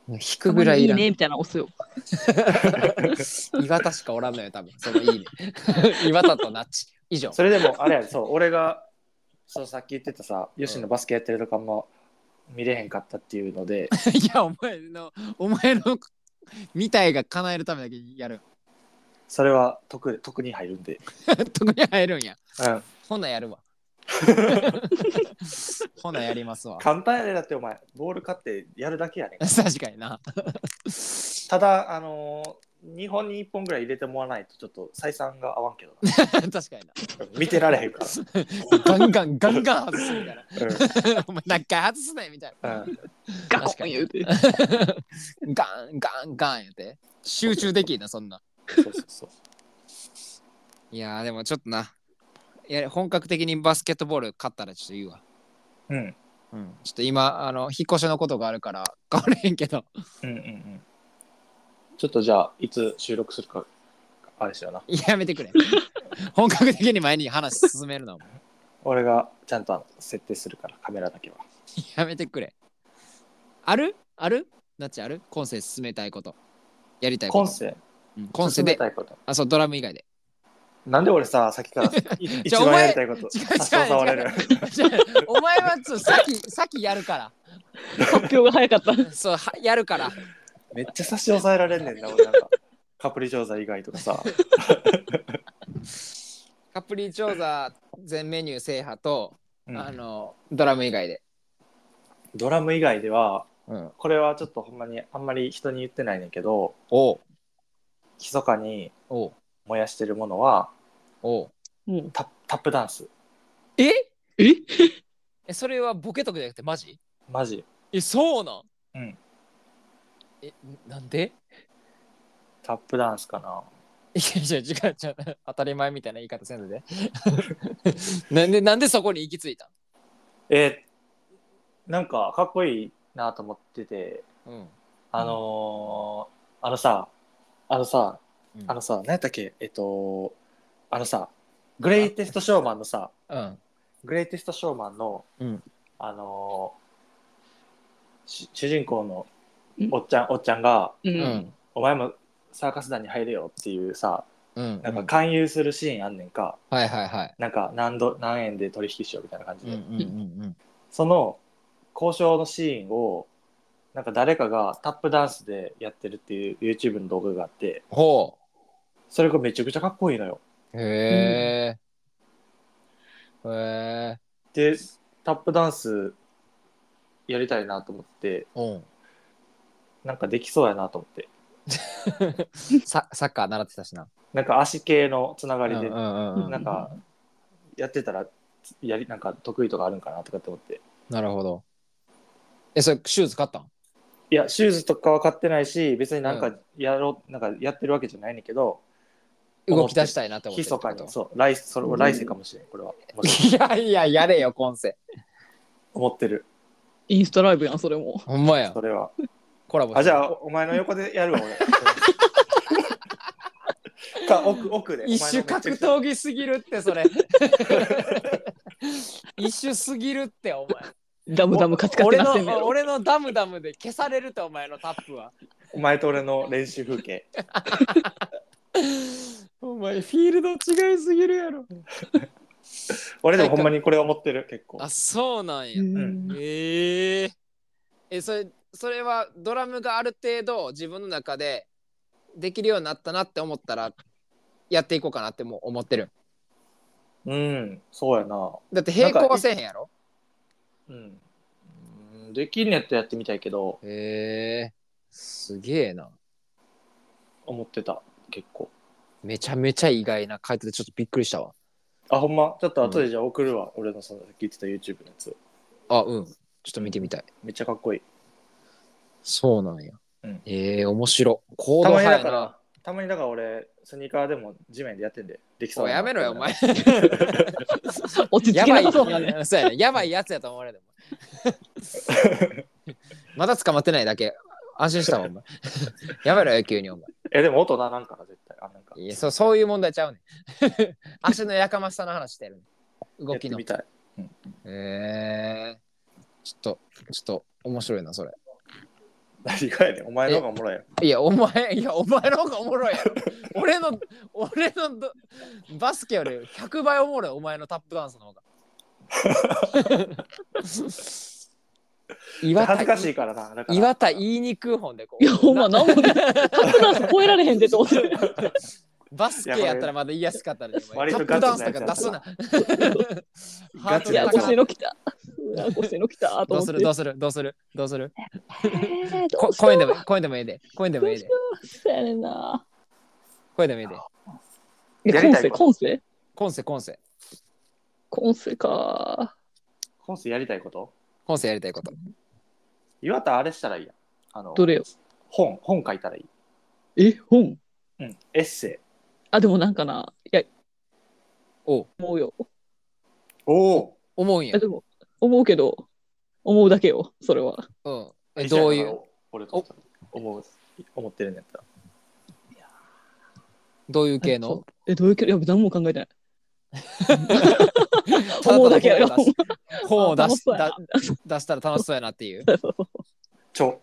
Speaker 3: もう引
Speaker 5: た
Speaker 3: く
Speaker 5: ま
Speaker 3: ぐら
Speaker 5: にい
Speaker 3: い
Speaker 5: い
Speaker 3: いらん
Speaker 5: ねみたいなの押すよ。
Speaker 3: 岩田しかおらんのよ多分そのいいね 岩田とナッチ以 上
Speaker 2: それでもあれやでそう俺がそうさっき言ってたさよしのバスケやってるとかも見れへんかったっていうので
Speaker 3: いやお前のお前の見たいが叶えるためだけにやる
Speaker 2: それは特特に入るんで。
Speaker 3: 特に入るんや。
Speaker 2: うん。
Speaker 3: ほなやるわ。 ほなやりますわ。
Speaker 2: 簡単やでだってお前、ボール買ってやるだけやねん。
Speaker 3: 確かにな。
Speaker 2: ただ、あのー、2本に1本ぐらい入れてもらわないと、ちょっと採算が合わんけどな
Speaker 3: 確かに
Speaker 2: 見てられへんか
Speaker 3: な。ガンガンガンガン外すみたいな。
Speaker 2: ら。
Speaker 3: お前何回外すねんみたい
Speaker 2: うん。うん、
Speaker 5: ガコ
Speaker 3: 確か
Speaker 5: ン
Speaker 3: に
Speaker 5: 言うて。
Speaker 3: な。ガンガンガン言って。集中できんな、そんな。
Speaker 2: そうそうそう。
Speaker 3: いやーでもちょっとな。いや本格的にバスケットボール勝ったらちょっと言うわ。
Speaker 2: うん。
Speaker 3: うん、ちょっと今あの引っ越しのことがあるから変われへんけど
Speaker 2: うんうんうん。ちょっとじゃあ、いつ収録するか、あれしような。
Speaker 3: いややめてくれ 本格的に前に話進めるなお前
Speaker 2: 俺がちゃんとあの設定するから、カメラだけは。
Speaker 3: やめてくれあるあるなっちある今世進めたいことやりたいこ
Speaker 2: 今
Speaker 3: と
Speaker 2: 世、
Speaker 3: うん今世で
Speaker 2: 進めたいこと。
Speaker 3: あそうドラム以 外で
Speaker 2: なんで俺さ、さっ きからい一番やりたいこと、
Speaker 3: 違う違う違う
Speaker 2: 差し押さわれる。
Speaker 3: お前はちょっと先先やるか
Speaker 5: 発表が早かった。
Speaker 3: らそうはやるから
Speaker 2: めっちゃ差し押さえられんねんな、俺なんか。カプリ調査以外と かさ。
Speaker 3: カプリチョーザ全メニュー制覇と、
Speaker 2: うん
Speaker 3: あのドラム以外で
Speaker 2: ドラム以外では、
Speaker 3: うん
Speaker 2: これはちょっとほんまにあんまり人に言ってないねんけど、
Speaker 3: おう
Speaker 2: 密かに
Speaker 3: おう
Speaker 2: 燃やしてるものは
Speaker 3: おう
Speaker 5: も
Speaker 2: タップタップダンス。
Speaker 3: え
Speaker 5: うえ
Speaker 3: えそれはボケとかじゃなくてマジ
Speaker 2: マジ。
Speaker 3: えそうなん
Speaker 2: うん
Speaker 3: えなんで
Speaker 2: タップダンスかな。
Speaker 3: いやいや違う違う当たり前みたいな言い方せんの でなんでなんでそこに行き着いた
Speaker 2: えーなんかかっこいいなと思ってて、
Speaker 3: ん、うん
Speaker 2: あのーあのさ、あのさ、
Speaker 3: うん、
Speaker 2: あのさ、何やったっけえっと、あのさ、グレイテストショーマンのさ、
Speaker 3: うん
Speaker 2: グレイテストショーマンの、
Speaker 3: うん
Speaker 2: あのーし主人公のおっちゃん、おっちゃんが、
Speaker 5: う。う。
Speaker 3: うんん
Speaker 2: お前もサーカス団に入れよっていうさ、
Speaker 3: うん
Speaker 2: なんか勧誘するシーンあんねんか、
Speaker 3: はいはいはい
Speaker 2: なんか何度、何円で取引しようみたいな感じ
Speaker 3: うん
Speaker 2: で、
Speaker 3: うんうん
Speaker 2: その交渉のシーンを、なんか誰かがタップダンスでやってるっていう YouTube の動画があって、
Speaker 3: ほ
Speaker 2: それがめちゃくちゃかっこいいのよ。
Speaker 3: うへえ、へえ
Speaker 2: で、タップダンスやりたいなと思って、
Speaker 3: うん
Speaker 2: なんかできそうやなと思って。
Speaker 3: ササッカー習ってたしな
Speaker 2: なんか足系のつながりで、
Speaker 3: うんうんうんうん
Speaker 2: なんかやってたらやりなんか得意とかあるんかなとかって思って
Speaker 3: なるほどえそれシューズ買ったん
Speaker 2: いやシューズとかは買ってないし別になん
Speaker 3: う
Speaker 2: かやろう、なんかやってるわけじゃないねんけど
Speaker 3: 動き出したいなって思ってる
Speaker 2: 密か
Speaker 3: って
Speaker 2: に
Speaker 3: こ
Speaker 2: そう来それは来世かもしれんこれはも
Speaker 3: と
Speaker 2: し
Speaker 3: いやいややれよ今世
Speaker 2: 思っ てる
Speaker 5: インスタライブやん、それも。
Speaker 3: ほんまや
Speaker 2: それは
Speaker 3: コラボ
Speaker 2: あじゃ
Speaker 3: あ
Speaker 2: あお前の横でやるわ 俺か奥奥で
Speaker 3: 一種格闘技すぎるってそれ一種すぎるってお前
Speaker 5: ダムダムカチカチ
Speaker 3: 俺
Speaker 5: なってんねや
Speaker 3: の
Speaker 5: ろ。
Speaker 3: 俺のダムダムで消されるってお前のタップは
Speaker 2: お前と俺の練習風景
Speaker 3: お前フィールド違いすぎるやろ
Speaker 2: 俺でもほんまにこれ思ってる結構
Speaker 3: あそうなんや
Speaker 5: うん
Speaker 3: えええそれそれはドラムがある程度自分の中でできるようになったなって思ったらやっていこうかなってもう思ってる
Speaker 2: うんそうやな
Speaker 3: だって並行はせえへんやろ
Speaker 2: うんうんできんねやったらやってみたいけど
Speaker 3: へえすげえな
Speaker 2: 思ってた結構
Speaker 3: めちゃめちゃ意外な回答でちょっとびっくりしたわ
Speaker 2: あほんまちょっと後でじゃあ送るわ、俺のそのさっき言ってた YouTube のやつ
Speaker 3: あうんちょっと見てみたい
Speaker 2: めっちゃかっこいい
Speaker 3: そうなんや、
Speaker 2: うん
Speaker 3: ええ面白行
Speaker 2: た
Speaker 3: 動
Speaker 2: まに
Speaker 3: 派
Speaker 2: だ
Speaker 3: やな
Speaker 2: からたまにだから俺スニーカーでも地面でやってんでできそう
Speaker 3: おいやめろよお前
Speaker 5: 落ち着
Speaker 3: や
Speaker 5: き
Speaker 3: ばい
Speaker 5: なさそう。
Speaker 3: やそうやねやばいやつやと思われ るまだ捕まってないだけ安心したわお 前やめろよ急にお前
Speaker 2: えでも音ならんから絶対あなんか
Speaker 3: いやそそういう問題ちゃうねん 足のやかましさの話してる動き
Speaker 2: やって
Speaker 3: の
Speaker 2: みたい
Speaker 3: ええちょっとちょっと面白いなそれ
Speaker 2: 何がやねんお前の方がおもろいやん
Speaker 3: いや、お前、いや、お前の方がおも ろいやろ。俺の、俺のどバスケより100倍おもろい、お前のタップダンスの方 が。岩
Speaker 2: 恥ずか
Speaker 3: 田
Speaker 2: し、いからなだから
Speaker 3: 岩田言いにくい本でこう。
Speaker 5: いや、ほんま、
Speaker 3: な
Speaker 5: なんもできない。タップダンス超えられへんでって思ってる。
Speaker 3: バスケやったらまだ言いやすかったです。タ
Speaker 2: 割と
Speaker 3: ッ
Speaker 2: ガ
Speaker 3: プ
Speaker 2: チな
Speaker 3: ダ
Speaker 2: や
Speaker 3: ン
Speaker 2: つ
Speaker 3: スと
Speaker 2: やった
Speaker 3: から出すな。ハ ー
Speaker 2: ガ
Speaker 5: い
Speaker 2: チ
Speaker 3: ト
Speaker 5: や、
Speaker 3: だか
Speaker 2: や
Speaker 5: ご
Speaker 2: つ
Speaker 5: せ
Speaker 3: ら。
Speaker 5: の来た。うわ、ごせの来た。と
Speaker 3: どう
Speaker 5: 思っ
Speaker 3: す
Speaker 5: て
Speaker 3: るどうするどうするどうする
Speaker 5: えーど
Speaker 3: こ
Speaker 5: うしよう
Speaker 3: 声でも声でもええで声でも
Speaker 5: どう
Speaker 3: ええ
Speaker 5: し
Speaker 3: で
Speaker 5: ようそうやねんな。
Speaker 3: 声でもええで
Speaker 5: え
Speaker 2: や
Speaker 5: コ
Speaker 2: り
Speaker 5: ン
Speaker 2: たい
Speaker 5: セ、コンセ
Speaker 3: コンセコンセ
Speaker 5: コンセか。
Speaker 2: コンスやりたいこと
Speaker 3: コンセやりたいこと
Speaker 2: 岩田あれしたらいいやんあの
Speaker 5: どれよ。
Speaker 2: 本本書いたらいい、
Speaker 5: え、本
Speaker 2: うん、エッセイ
Speaker 5: あ、でもなんかな。いや、
Speaker 3: おう
Speaker 5: 思うよ。
Speaker 2: おお
Speaker 3: 思うん
Speaker 5: い
Speaker 3: や
Speaker 5: や、でも、思うけど、思うだけよ、それは。
Speaker 3: うんえどういう
Speaker 2: 俺と思う思ってるんやったら
Speaker 3: どういう系の
Speaker 5: え、どういうけど、いや、何も考えてない。
Speaker 3: た だ
Speaker 5: 思うだけやろ
Speaker 3: 本を出し本を出
Speaker 5: 楽し
Speaker 3: し
Speaker 5: そうやな
Speaker 3: だ出したら楽しそうやなっていう
Speaker 2: 著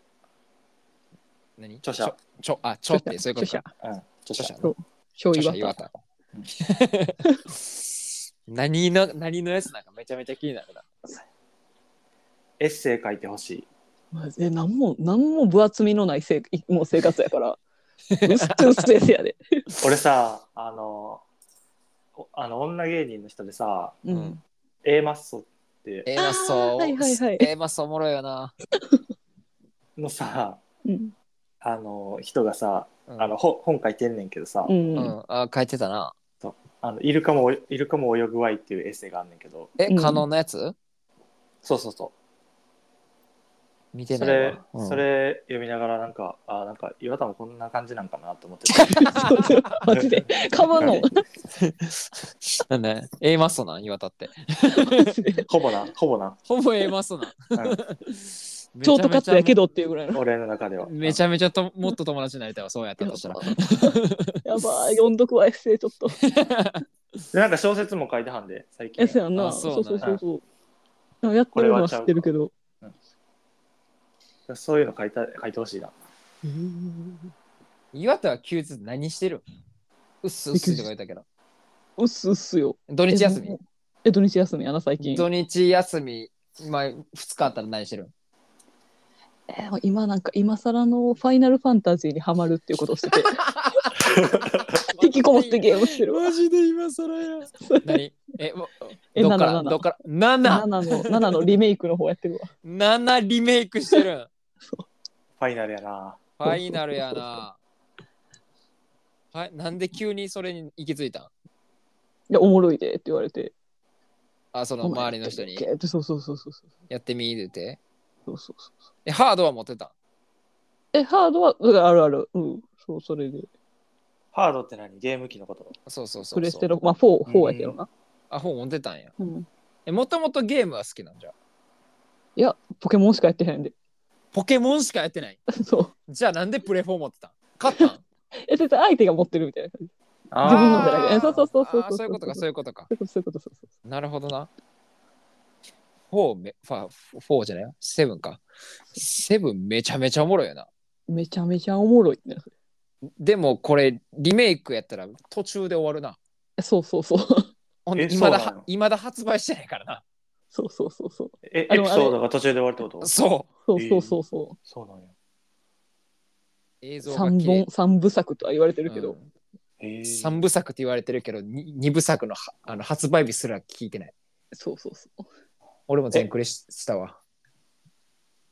Speaker 3: 何
Speaker 2: 著者
Speaker 3: ちょあちょってそういうことか
Speaker 2: うん著
Speaker 3: 著者
Speaker 2: 者
Speaker 3: ね
Speaker 5: そう表
Speaker 3: 著
Speaker 5: 意
Speaker 3: 者
Speaker 5: は
Speaker 3: 岩。田 何の何のやつなんかめちゃめちゃ気になるな
Speaker 2: エッセイ書いてほしい
Speaker 5: え、何も、何も分厚みのないせいもう生活やから。うっすうっすやで。
Speaker 2: 俺さあのおあの女芸人の人でさ
Speaker 5: うんん。
Speaker 2: A マッソって
Speaker 3: ええマ
Speaker 5: あ
Speaker 3: ソ
Speaker 5: ーはいはいはい
Speaker 3: ええマソおもろいよな
Speaker 2: のさ
Speaker 5: うん。
Speaker 2: あの人がさ
Speaker 3: うん
Speaker 2: あのほ本書いてんねんけどさ、
Speaker 5: うん
Speaker 3: う。んあ書いてたな
Speaker 2: あのイルカもイルカも泳ぐわいっていうエッセイがあんねんけど
Speaker 3: え
Speaker 5: うん
Speaker 3: 可能なやつ
Speaker 2: そうそうそ
Speaker 3: 見
Speaker 2: う
Speaker 3: て
Speaker 2: そ
Speaker 3: ない
Speaker 2: れ
Speaker 3: わ、うん
Speaker 2: それ読みながらなんかあなんか岩田もこんな感じなんかなと思って
Speaker 5: マジで。かまの。
Speaker 3: なんで A マストなん岩田って。
Speaker 2: ほぼなほぼな、
Speaker 3: ほぼ A マストなん。
Speaker 2: う
Speaker 5: ショートカットやけどっていうぐらい
Speaker 2: ん
Speaker 5: の。
Speaker 2: 俺の中では
Speaker 3: めちゃめちゃともっと友達になりたいわ、そうやったとしたら。
Speaker 5: やばい、読んどくわ、エッセイちょっと。
Speaker 2: でなんか小説も書いてはんで最
Speaker 5: エ
Speaker 2: 近
Speaker 5: ッセイやん
Speaker 3: あ
Speaker 5: な。
Speaker 3: そう
Speaker 5: そう
Speaker 3: なんだ
Speaker 5: そうそうそう。やってるのは知ってるけど。
Speaker 2: そういうの書いた書いてほしいな
Speaker 3: 岩田は休日何してるうっすうっすって書いたけど。
Speaker 5: うっすうっすよ。
Speaker 3: 土日休み
Speaker 5: え、土日休みやな、最近。
Speaker 3: 土日休み、まあ、2日あったら何してる
Speaker 5: えー今なんか今更のファイナルファンタジーにハマるっていうことをしてて引きこもってゲームしてるわ
Speaker 3: ジで今更や。何え、もう
Speaker 5: え
Speaker 3: どっから
Speaker 5: 7
Speaker 3: どっから
Speaker 5: 7
Speaker 3: 7!7
Speaker 5: の七のリメイクの方やってるわ
Speaker 3: リメイクしてる
Speaker 2: ファイナルやな
Speaker 3: ファイナルやな。はい、なんで急にそれに行き着いたん
Speaker 5: でおもろいでって言われて
Speaker 3: あ、その周りの人に
Speaker 5: お前やってるっけそうそうそうそうそう
Speaker 3: やってみるって。
Speaker 5: そうそうそう
Speaker 3: え、ハードは持ってたん
Speaker 5: えハードはうんあるあるうんそうそれで
Speaker 2: ハードって何ゲーム機のこと
Speaker 3: そうそうそうそ
Speaker 5: プ
Speaker 3: う。
Speaker 5: レステのまあ4フォーやけどな、
Speaker 3: あ、本持ってたんや。
Speaker 5: うん、
Speaker 3: え、もともとゲームは好きなんじゃ。
Speaker 5: いやポケモンしかやってへんで
Speaker 3: ポケモンしかやってない。
Speaker 5: そう
Speaker 3: じゃあなんでプレフォー持ってたん勝ったん
Speaker 5: え絶対相手が持ってるみたいな感じ
Speaker 2: あ
Speaker 5: 自分の
Speaker 2: ー
Speaker 5: じゃなくてえそうそうそうそう
Speaker 3: あーそういうことか、そういうことか。
Speaker 5: そういうことそういうことそうそう
Speaker 3: なるほどな。4め、ファ、フォーじゃないセブンか。セブンめちゃめちゃおもろいよな。
Speaker 5: めちゃめちゃおもろいね
Speaker 3: でもこれリメイクやったら途中で終わるな。
Speaker 5: そうそうそう
Speaker 3: ほんで、
Speaker 2: え
Speaker 3: いまだ
Speaker 2: そうなの
Speaker 3: は、未だ発売してないからな。
Speaker 5: そうそうそうそう
Speaker 2: え
Speaker 5: あ
Speaker 2: エ
Speaker 5: の
Speaker 2: ピソードが途中で終わるってこと
Speaker 3: そう。
Speaker 5: そうそうそうそう
Speaker 2: そうなんや
Speaker 3: 映像が
Speaker 5: 三
Speaker 3: 綺麗
Speaker 5: 本三部作とは言われてるけど、
Speaker 3: うん
Speaker 2: へー
Speaker 3: 三部作って言われてるけど、に二部作のはあの発売日すら聞いてない。
Speaker 5: そうそうそう
Speaker 3: 俺も全クリししたわ。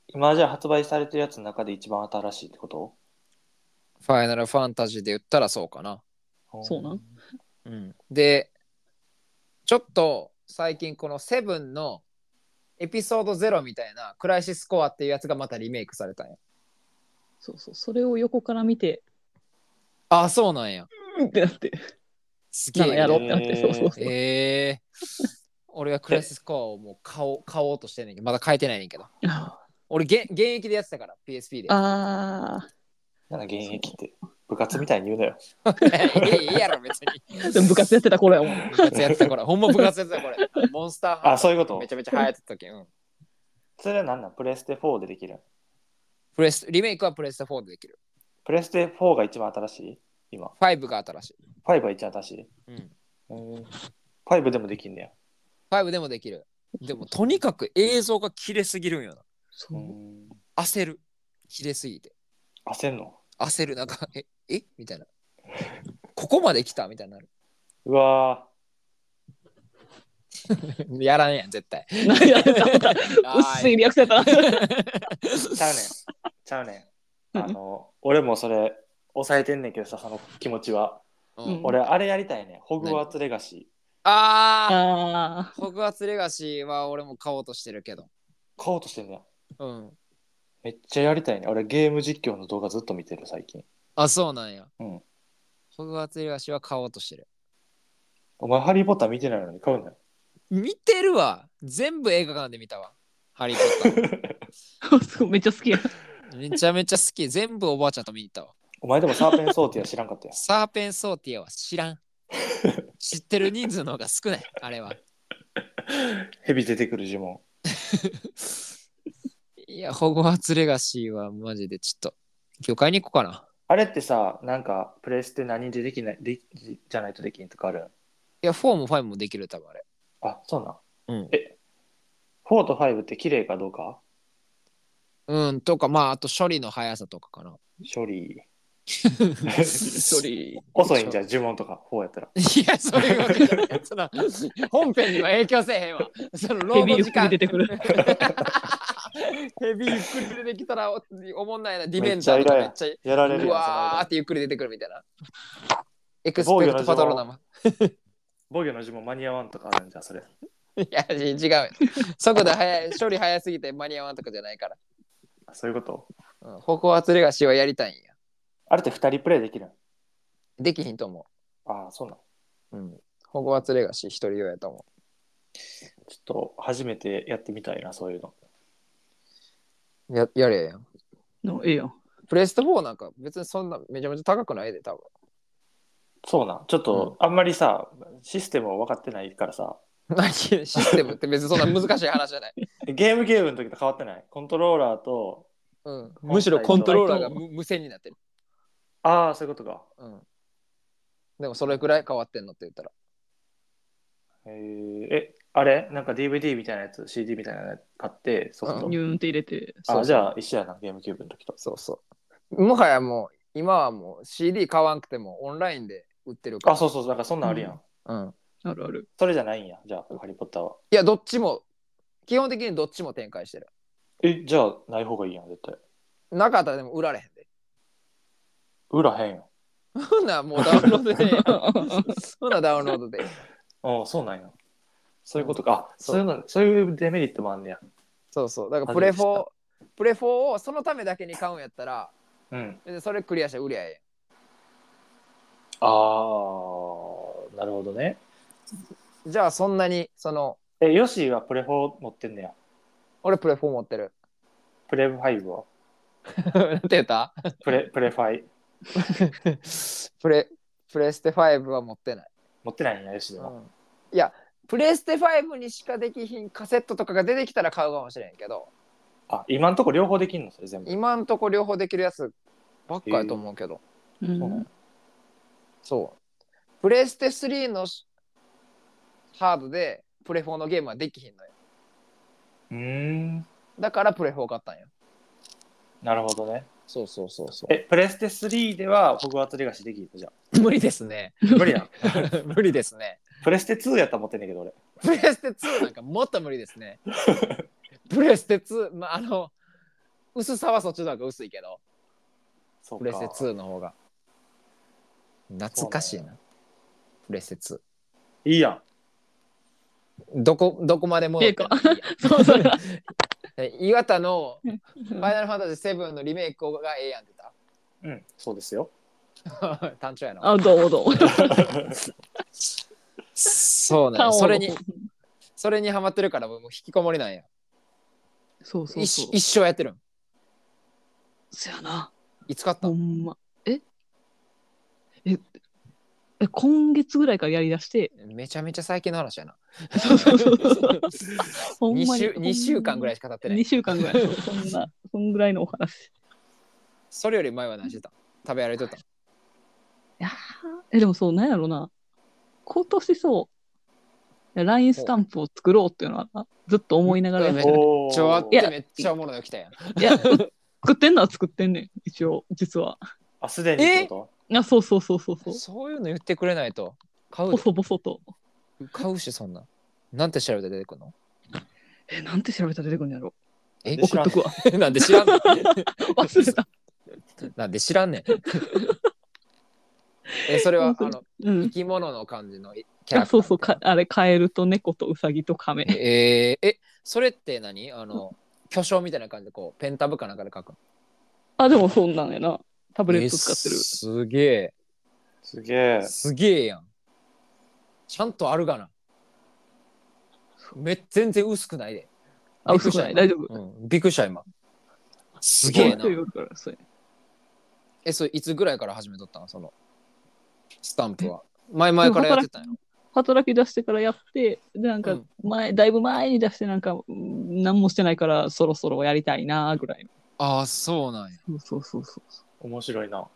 Speaker 2: 今じゃあ発売されてるやつの中で一番新しいってこと
Speaker 3: ファイナルファンタジーで言ったらそうかな。
Speaker 5: そうなん
Speaker 3: うん、で、ちょっと最近このセブンのエピソードゼロみたいなクライシスコアっていうやつがまたリメイクされたんや。
Speaker 5: そうそうそれを横から見て
Speaker 3: ああ、そうなんや。
Speaker 5: うんってなって
Speaker 3: すげ
Speaker 5: なんかやろう
Speaker 3: え。
Speaker 5: ってなって、
Speaker 2: えー
Speaker 5: そうそうそう、
Speaker 3: えー俺はクライシスコアをもう買おう買おうとしてんねんけど、まだ買えてないねんけど。
Speaker 5: あ
Speaker 3: 俺、げ現役でやってたから、PSP で。
Speaker 5: あ
Speaker 2: なんだ現役って部活みたいに言うなよ
Speaker 3: いいやろ、別に。
Speaker 5: ーでも部活やってた頃やもん
Speaker 3: 部活やってた頃、ほんま部活やってた頃。モンスターハン
Speaker 2: あそういうこ
Speaker 3: ター
Speaker 2: と
Speaker 3: めちゃめちゃ流行ってた時。うん
Speaker 2: それは何なんプレステ4でできる
Speaker 3: プレスリメイクはプレステ4でできる。
Speaker 2: プレステ4が一番新しい今
Speaker 3: 5が新しい。
Speaker 2: 5が一番新しい
Speaker 3: うん、
Speaker 2: 5でもできんねや
Speaker 3: 5でもできる。でもとにかく映像が綺麗すぎるんよな。
Speaker 5: そううん
Speaker 3: 焦る。綺麗すぎて。
Speaker 2: 焦んの
Speaker 3: 焦る。なんか、ええみたいな。ここまで来たみたいになる
Speaker 2: うわ
Speaker 3: やらんやん絶対
Speaker 5: 何やなんか薄いリアクションやったな。
Speaker 2: ーちゃうねんちゃうねんあの俺もそれ抑えてんねんけどさその気持ちは
Speaker 3: うん
Speaker 5: うん
Speaker 2: 俺あれやりたいねんホグワーツレガシ
Speaker 3: ああ
Speaker 5: あ
Speaker 3: ホグワーツレガシーは俺も買おうとしてるけど
Speaker 2: ー買おうとしてんねん
Speaker 3: うん
Speaker 2: めっちゃやりたいねん俺ゲーム実況の動画ずっと見てる最近
Speaker 3: あそうなんや、
Speaker 2: うん
Speaker 3: ホグワーツレガシーは買おうとしてる
Speaker 2: お前ハリー・ポッター見てないのに買うなよ
Speaker 3: 見てるわ全部映画館で見たわハリー・ポッタ
Speaker 5: あ、すごいめっちゃ好きや。
Speaker 3: ーめちゃめちゃ好き全部おばあちゃんと見に行ったわ
Speaker 2: お前でもサーペンソーティは知らんかったやん
Speaker 3: サーペンソーティアは知らん知ってる人数の方が少ないあれは
Speaker 2: 蛇出てくる呪文
Speaker 3: いやホグワーツレガシーはマジでちょっと今日買いに行こうかな
Speaker 2: あれってさなんかプレイスって何でできないでじゃないとできんとかあるん
Speaker 3: いや4も5もできる多分あれ
Speaker 2: あそうなん
Speaker 3: うん
Speaker 2: 4と5って綺麗かどうか
Speaker 3: うんとかまああと処理の速さとかかな
Speaker 2: 処理
Speaker 5: 一人。
Speaker 2: 遅いんじゃん呪文とか4やったら
Speaker 3: いやそういうわけじゃないその本編には影響せえへんわそのロ
Speaker 5: ヘ
Speaker 3: ー
Speaker 5: ビ
Speaker 3: ド
Speaker 5: ー
Speaker 3: 時
Speaker 5: く
Speaker 3: 間
Speaker 5: 出てくる。
Speaker 3: ヘビーゆっくり出てきたらおおもんないなディベン
Speaker 2: めっち
Speaker 3: ダ
Speaker 2: ゃ
Speaker 3: ー
Speaker 2: イ
Speaker 3: とか
Speaker 2: ラ
Speaker 3: め
Speaker 2: やん
Speaker 3: っちゃ
Speaker 2: やられる
Speaker 3: う
Speaker 2: やん
Speaker 3: わーっ
Speaker 2: その間
Speaker 3: てゆっくり出てくるみたいな。エクスペクトパトローナム。
Speaker 2: 防御の呪文間に合わんとかあるんじゃんそれ
Speaker 3: いや、違うよ。速度早い、処理早すぎて間に合わんとかじゃないから。
Speaker 2: あそういうこと
Speaker 3: うん、方向圧レガシーはやりたいんや。
Speaker 2: あれって2人プレイできるん
Speaker 3: できひんと思
Speaker 2: ああそうなん
Speaker 3: う。うん。方向圧レガシー一人用やと思
Speaker 2: ちょっと初めてやってみたいなそういうの
Speaker 3: う。ややれやん。
Speaker 5: のええやん。
Speaker 3: プレスト4なんか別にそんなめちゃめちゃ高くないで、多分。
Speaker 2: そうなんちょっとあんまりさシステムを分かってないからさ
Speaker 3: 何システムって別にそんな難しい話じゃない。
Speaker 2: ゲームゲームの時と変わってないコントローラーと
Speaker 3: うん。
Speaker 2: むしろコントロ
Speaker 3: ーラーが無無線になってる。
Speaker 2: ああそういうことか
Speaker 3: うん。でもそれくらい変わってんのって言ったら。
Speaker 2: えーえあれなんか DVD みたいなやつ CD みたいなやつ買ってソフト、
Speaker 3: う
Speaker 5: ニューンって入れて。
Speaker 2: あじゃあ一緒やなゲームキューブの時と
Speaker 3: そうそう。もはやもう、今はもう CD 買わんくてもオンラインで売ってるから。
Speaker 2: あそうそうなんかそんなんあるやん、
Speaker 5: うん
Speaker 3: うん。
Speaker 5: あるある。
Speaker 2: それじゃないんやじゃあハリー・ポッターはい
Speaker 3: や、どっちも、基本的にどっちも展開してる。
Speaker 2: えじゃあない方がいいやん絶対
Speaker 3: なかったらでも売られへんで。
Speaker 2: 売らへんよ
Speaker 3: ほんならもうダウンロードで。ほんならダウンロードで。
Speaker 2: ああそうなんやそういうことかあ
Speaker 3: そ
Speaker 2: そうういうのそういうデメリットもあんねや
Speaker 3: そうそう。だからプレフォー
Speaker 2: 外、
Speaker 3: プレフォーをそのためだけに買うんやったら、
Speaker 2: うん
Speaker 3: 別にそれクリアして売りゃえ
Speaker 2: ああなるほどね
Speaker 3: え。じゃあそんなに、その、
Speaker 2: えヨシーはプレフォー持ってんねや
Speaker 3: 俺プレフォー持ってる。
Speaker 2: プレファイブは
Speaker 3: なんて言った
Speaker 2: プレプレファイ
Speaker 3: プレ、プレステ5は持ってない。
Speaker 2: 持ってないんやヨシーは、
Speaker 3: いやプレステ5にしかできひんカセットとかが出てきたら買うかもしれんけど
Speaker 2: あ今んとこ両方できんのそれ全部
Speaker 3: 今んとこ両方できるやつばっかやと思うけど、
Speaker 5: うん。
Speaker 3: そうプレステ3のしハードでプレ4のゲームはできひんのよ
Speaker 2: うーん
Speaker 3: だからプレ4買ったんよ
Speaker 2: なるほどね
Speaker 3: そうそうそうそ
Speaker 2: えプレステ3ではホグワーツレガシーできるじゃん
Speaker 3: う無理ですね
Speaker 2: 無理や ん
Speaker 3: 無理ですね
Speaker 2: プレステ2やったら持ってんねんけど俺
Speaker 3: プレステ2なんかもっと無理です ねプレステ2まああの薄さはそっちの方が薄いけど
Speaker 2: そう
Speaker 3: プ
Speaker 2: か
Speaker 3: レステ2の方が懐かしいなプレステ2
Speaker 2: いいやん
Speaker 3: どこどこまで戻ってもいい や
Speaker 5: そうそう。
Speaker 3: え岩田の「ファイナルファンタジー7」のリメイクがええやんって
Speaker 2: うんそうですよ
Speaker 3: 言った 単調やな
Speaker 5: あ、どうどう。
Speaker 3: そうなんやそれに。それにハマってるからもう引きこもりなんや
Speaker 5: そうそうそ
Speaker 3: 一
Speaker 5: う。
Speaker 3: 一生やってるん
Speaker 5: そやな。
Speaker 3: いつ買った
Speaker 5: ほ
Speaker 3: ん
Speaker 5: んま。ええ、え、今月ぐらいからやりだして、
Speaker 3: めちゃめちゃ最近の話 やな
Speaker 5: ほん
Speaker 3: 2
Speaker 5: まに。
Speaker 3: 週二週間ぐらい
Speaker 5: い。
Speaker 3: しか経ってな
Speaker 5: 2
Speaker 3: い
Speaker 5: 週間ぐらい。そうそんな、そんぐらいのお話。
Speaker 3: それより前は何してたん食べ歩いとったん
Speaker 5: いやー え、でもそう、なんやろな。今年そう、いや LINE スタンプを作ろうっていうのはな、ずっと思いながらやってた
Speaker 2: おー
Speaker 3: ちょあっ
Speaker 5: い
Speaker 3: て
Speaker 5: や
Speaker 3: めっちゃおもろいの来たやん
Speaker 5: いや、う作ってんのは作ってんねん、一応、実は。
Speaker 2: あすでにってこと
Speaker 5: あ、そうそうそうそうそう。
Speaker 3: そういうの言ってくれないと買う
Speaker 5: ボソボソと。
Speaker 3: で買うしそんななんて調べて出てくるの
Speaker 5: え、なんて調べたら出てくるんやろ。
Speaker 3: え
Speaker 5: 送っとくわ。
Speaker 3: なんで知らんねん
Speaker 5: 忘れた。
Speaker 3: なんで知らん ねんえそれはあの
Speaker 5: うん
Speaker 3: 生。き物の感じのキャラ
Speaker 5: あ
Speaker 3: クター
Speaker 5: そうそうかあれカエルと猫とウサギとカメ
Speaker 3: えー、えそれって何あの巨匠みたいな感じでこうペンタブかなんかで書くの
Speaker 5: あでもそんなんやなタブレット
Speaker 3: え
Speaker 5: 使ってる、
Speaker 3: すげ
Speaker 2: すげ
Speaker 3: えすげえやんちゃんとあるがなめ全然薄くないで
Speaker 5: あ嘘じゃない大丈夫
Speaker 3: うん、びっくりした今すげえな
Speaker 5: そういうことだそれ
Speaker 3: えそれいつぐらいから始めとったのそのスタンプは前々からやってたんやろ
Speaker 5: 働き出してからやってでなん
Speaker 3: う
Speaker 5: か
Speaker 3: ん
Speaker 5: 前、だいぶ前に出してなんかうん何もしてないからそろそろやりたいなぐらい
Speaker 3: ああそうなんや
Speaker 5: そうそうそうそう
Speaker 2: 面白いな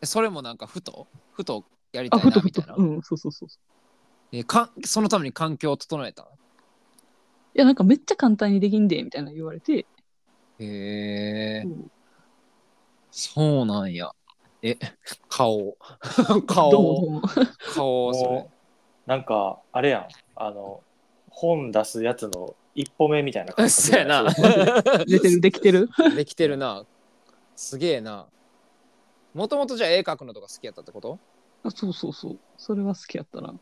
Speaker 3: えそれもなんかふとふとやりた
Speaker 5: あ
Speaker 3: い
Speaker 5: ふと
Speaker 3: な
Speaker 5: ふ
Speaker 3: み
Speaker 5: と
Speaker 3: たいな、
Speaker 5: うんそうそうそうそう
Speaker 3: えかんそのために環境を整えた
Speaker 5: いやなんかめっちゃ簡単にできんでみたいな言われて
Speaker 3: へえ、
Speaker 5: うん
Speaker 3: そうなんや。え、 顔。
Speaker 5: どうもど
Speaker 3: 顔。
Speaker 5: うも
Speaker 3: 顔、それ
Speaker 2: も。うなんかあれやんあの本出すやつの一歩目みたいな感じ
Speaker 3: そうやな。
Speaker 5: 出てるできてる
Speaker 3: できてるな。すげえな。もともとじゃあ絵描くのとか好きやったってこと
Speaker 5: あそうそうそうそれは好きやったな、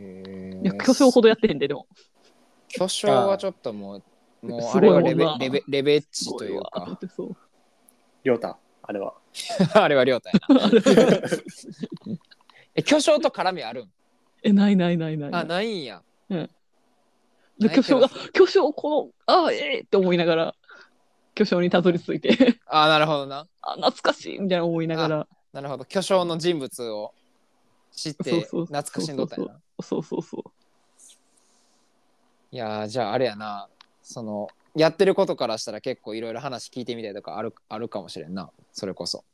Speaker 3: へえ
Speaker 5: いや巨匠ほ
Speaker 3: ど。
Speaker 5: どやってへんででも
Speaker 3: 巨匠はちょっともう、もう
Speaker 5: す
Speaker 3: あ
Speaker 5: ご
Speaker 3: れ
Speaker 5: い
Speaker 3: はレベ
Speaker 5: もんな
Speaker 3: レベレベッ
Speaker 5: す
Speaker 3: チ
Speaker 5: ご
Speaker 3: という
Speaker 5: わと思
Speaker 3: か
Speaker 5: っ、てそう
Speaker 2: りょうたあれは
Speaker 3: あれはりょうたやな。え、巨匠と絡みあるん
Speaker 5: えないないないない
Speaker 3: あ、ないんや。
Speaker 5: で
Speaker 3: ないけ
Speaker 5: 巨匠
Speaker 3: ど
Speaker 5: が「巨匠このあええって思いながら巨匠にたどり着いて
Speaker 3: あ、なるほどな。
Speaker 5: あ懐かしいみたいな思いながら
Speaker 3: なるほど。巨匠の人物を知って
Speaker 5: そうそう
Speaker 3: 懐かしんどったんやな。
Speaker 5: そうそうそう
Speaker 3: いやーじゃああれやなそのやってることからしたら結構いろいろ話聞いてみたいとかあるあるかもしれんなそれこそ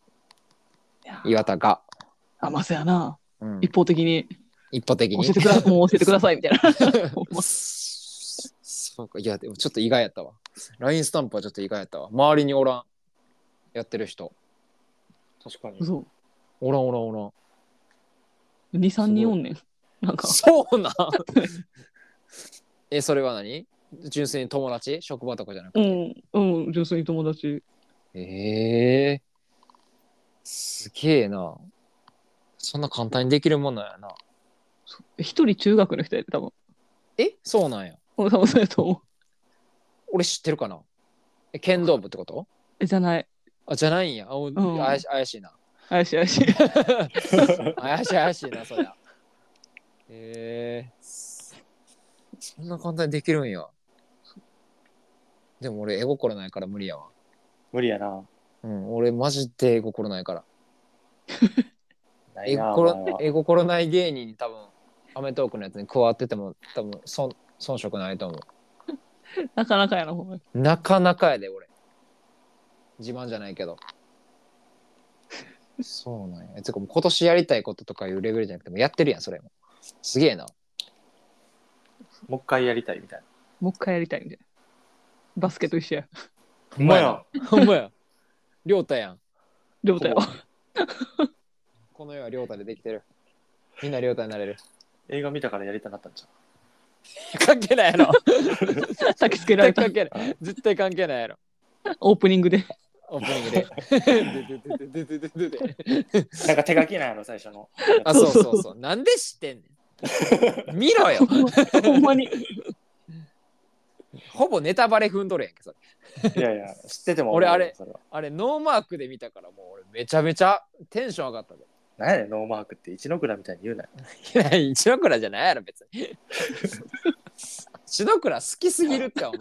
Speaker 5: いや
Speaker 3: 岩田が、
Speaker 5: あまさやな
Speaker 3: うん、
Speaker 5: 一方的に
Speaker 3: 一方的
Speaker 5: 教
Speaker 3: に
Speaker 5: えて くださいもう教えてくださいみたいな
Speaker 3: そうかいやでもちょっと意外やったわ LINE スタンプはちょっと意外やったわ周りにおらんやってる人
Speaker 2: 確かに
Speaker 5: そ
Speaker 3: おらんおらんおらん
Speaker 5: う23人おんねんなんか
Speaker 3: そうなんえそれは何純粋に友達職場とかじゃなく
Speaker 5: う
Speaker 3: て、
Speaker 5: んうん純粋に友達
Speaker 3: ええすげえな。そんな簡単にできるもんなんやな。
Speaker 5: そう一人中学の人やで多分
Speaker 3: えそうなんや。
Speaker 5: うん多分そうやと思う
Speaker 3: 俺知ってるかなえ剣道部ってこと
Speaker 5: えじゃない
Speaker 3: あ、じゃないんや。あ、お
Speaker 5: ん
Speaker 3: 怪し怪しいな。
Speaker 5: 怪しい怪しい
Speaker 3: 怪しい怪しいな、そりゃ。 ええそんな簡単にできるんや。でも俺、絵心ないから無理やわ。
Speaker 2: 無理やな
Speaker 3: うん、俺マジで絵心ないから。
Speaker 2: ない
Speaker 3: 絵
Speaker 2: なお前
Speaker 3: 心
Speaker 2: は
Speaker 3: 絵心ない芸人に多分アメトークのやつに加わってても多分損遜色ないと思
Speaker 5: なかなかやなほんまに
Speaker 3: うなかなかやで俺自慢じゃないけどそうなんやてかもう今年やりたいこととかいうレベルじゃなくてもうやってるやんそれもすげえな
Speaker 2: もう一回やりたいみたい
Speaker 5: もう一回やりたいみたいなバスケと一緒や
Speaker 2: なほんまや
Speaker 3: ほんまや亮太やん
Speaker 5: 両太よ
Speaker 3: この世は亮太でできてるみんな亮太になれる
Speaker 2: 映画見たからやりたなったんちゃ
Speaker 3: 関係ないやろ
Speaker 5: 焚きつけられた
Speaker 3: 絶対関係ない絶対関係ないやろ
Speaker 5: オープニングで
Speaker 3: オープニングでででででででで
Speaker 2: うなんか手書きなんやろ最初の
Speaker 3: あ、そうそうそう。なんで知ってんねん。見ろよ。
Speaker 5: ほんまに
Speaker 3: ほぼネタバレ踏んどるやんけ、それ。
Speaker 2: いやいや知ってても
Speaker 3: 俺あれ
Speaker 2: そは
Speaker 3: あれ、ノーマークで見たから、もう俺めちゃめちゃテンション上がったで。
Speaker 2: なんやねんノーマークって一ノ倉みたいに言うなよ
Speaker 3: いや、一ノ倉じゃないやろ、 別に。一ノ倉好きすぎるって、お前。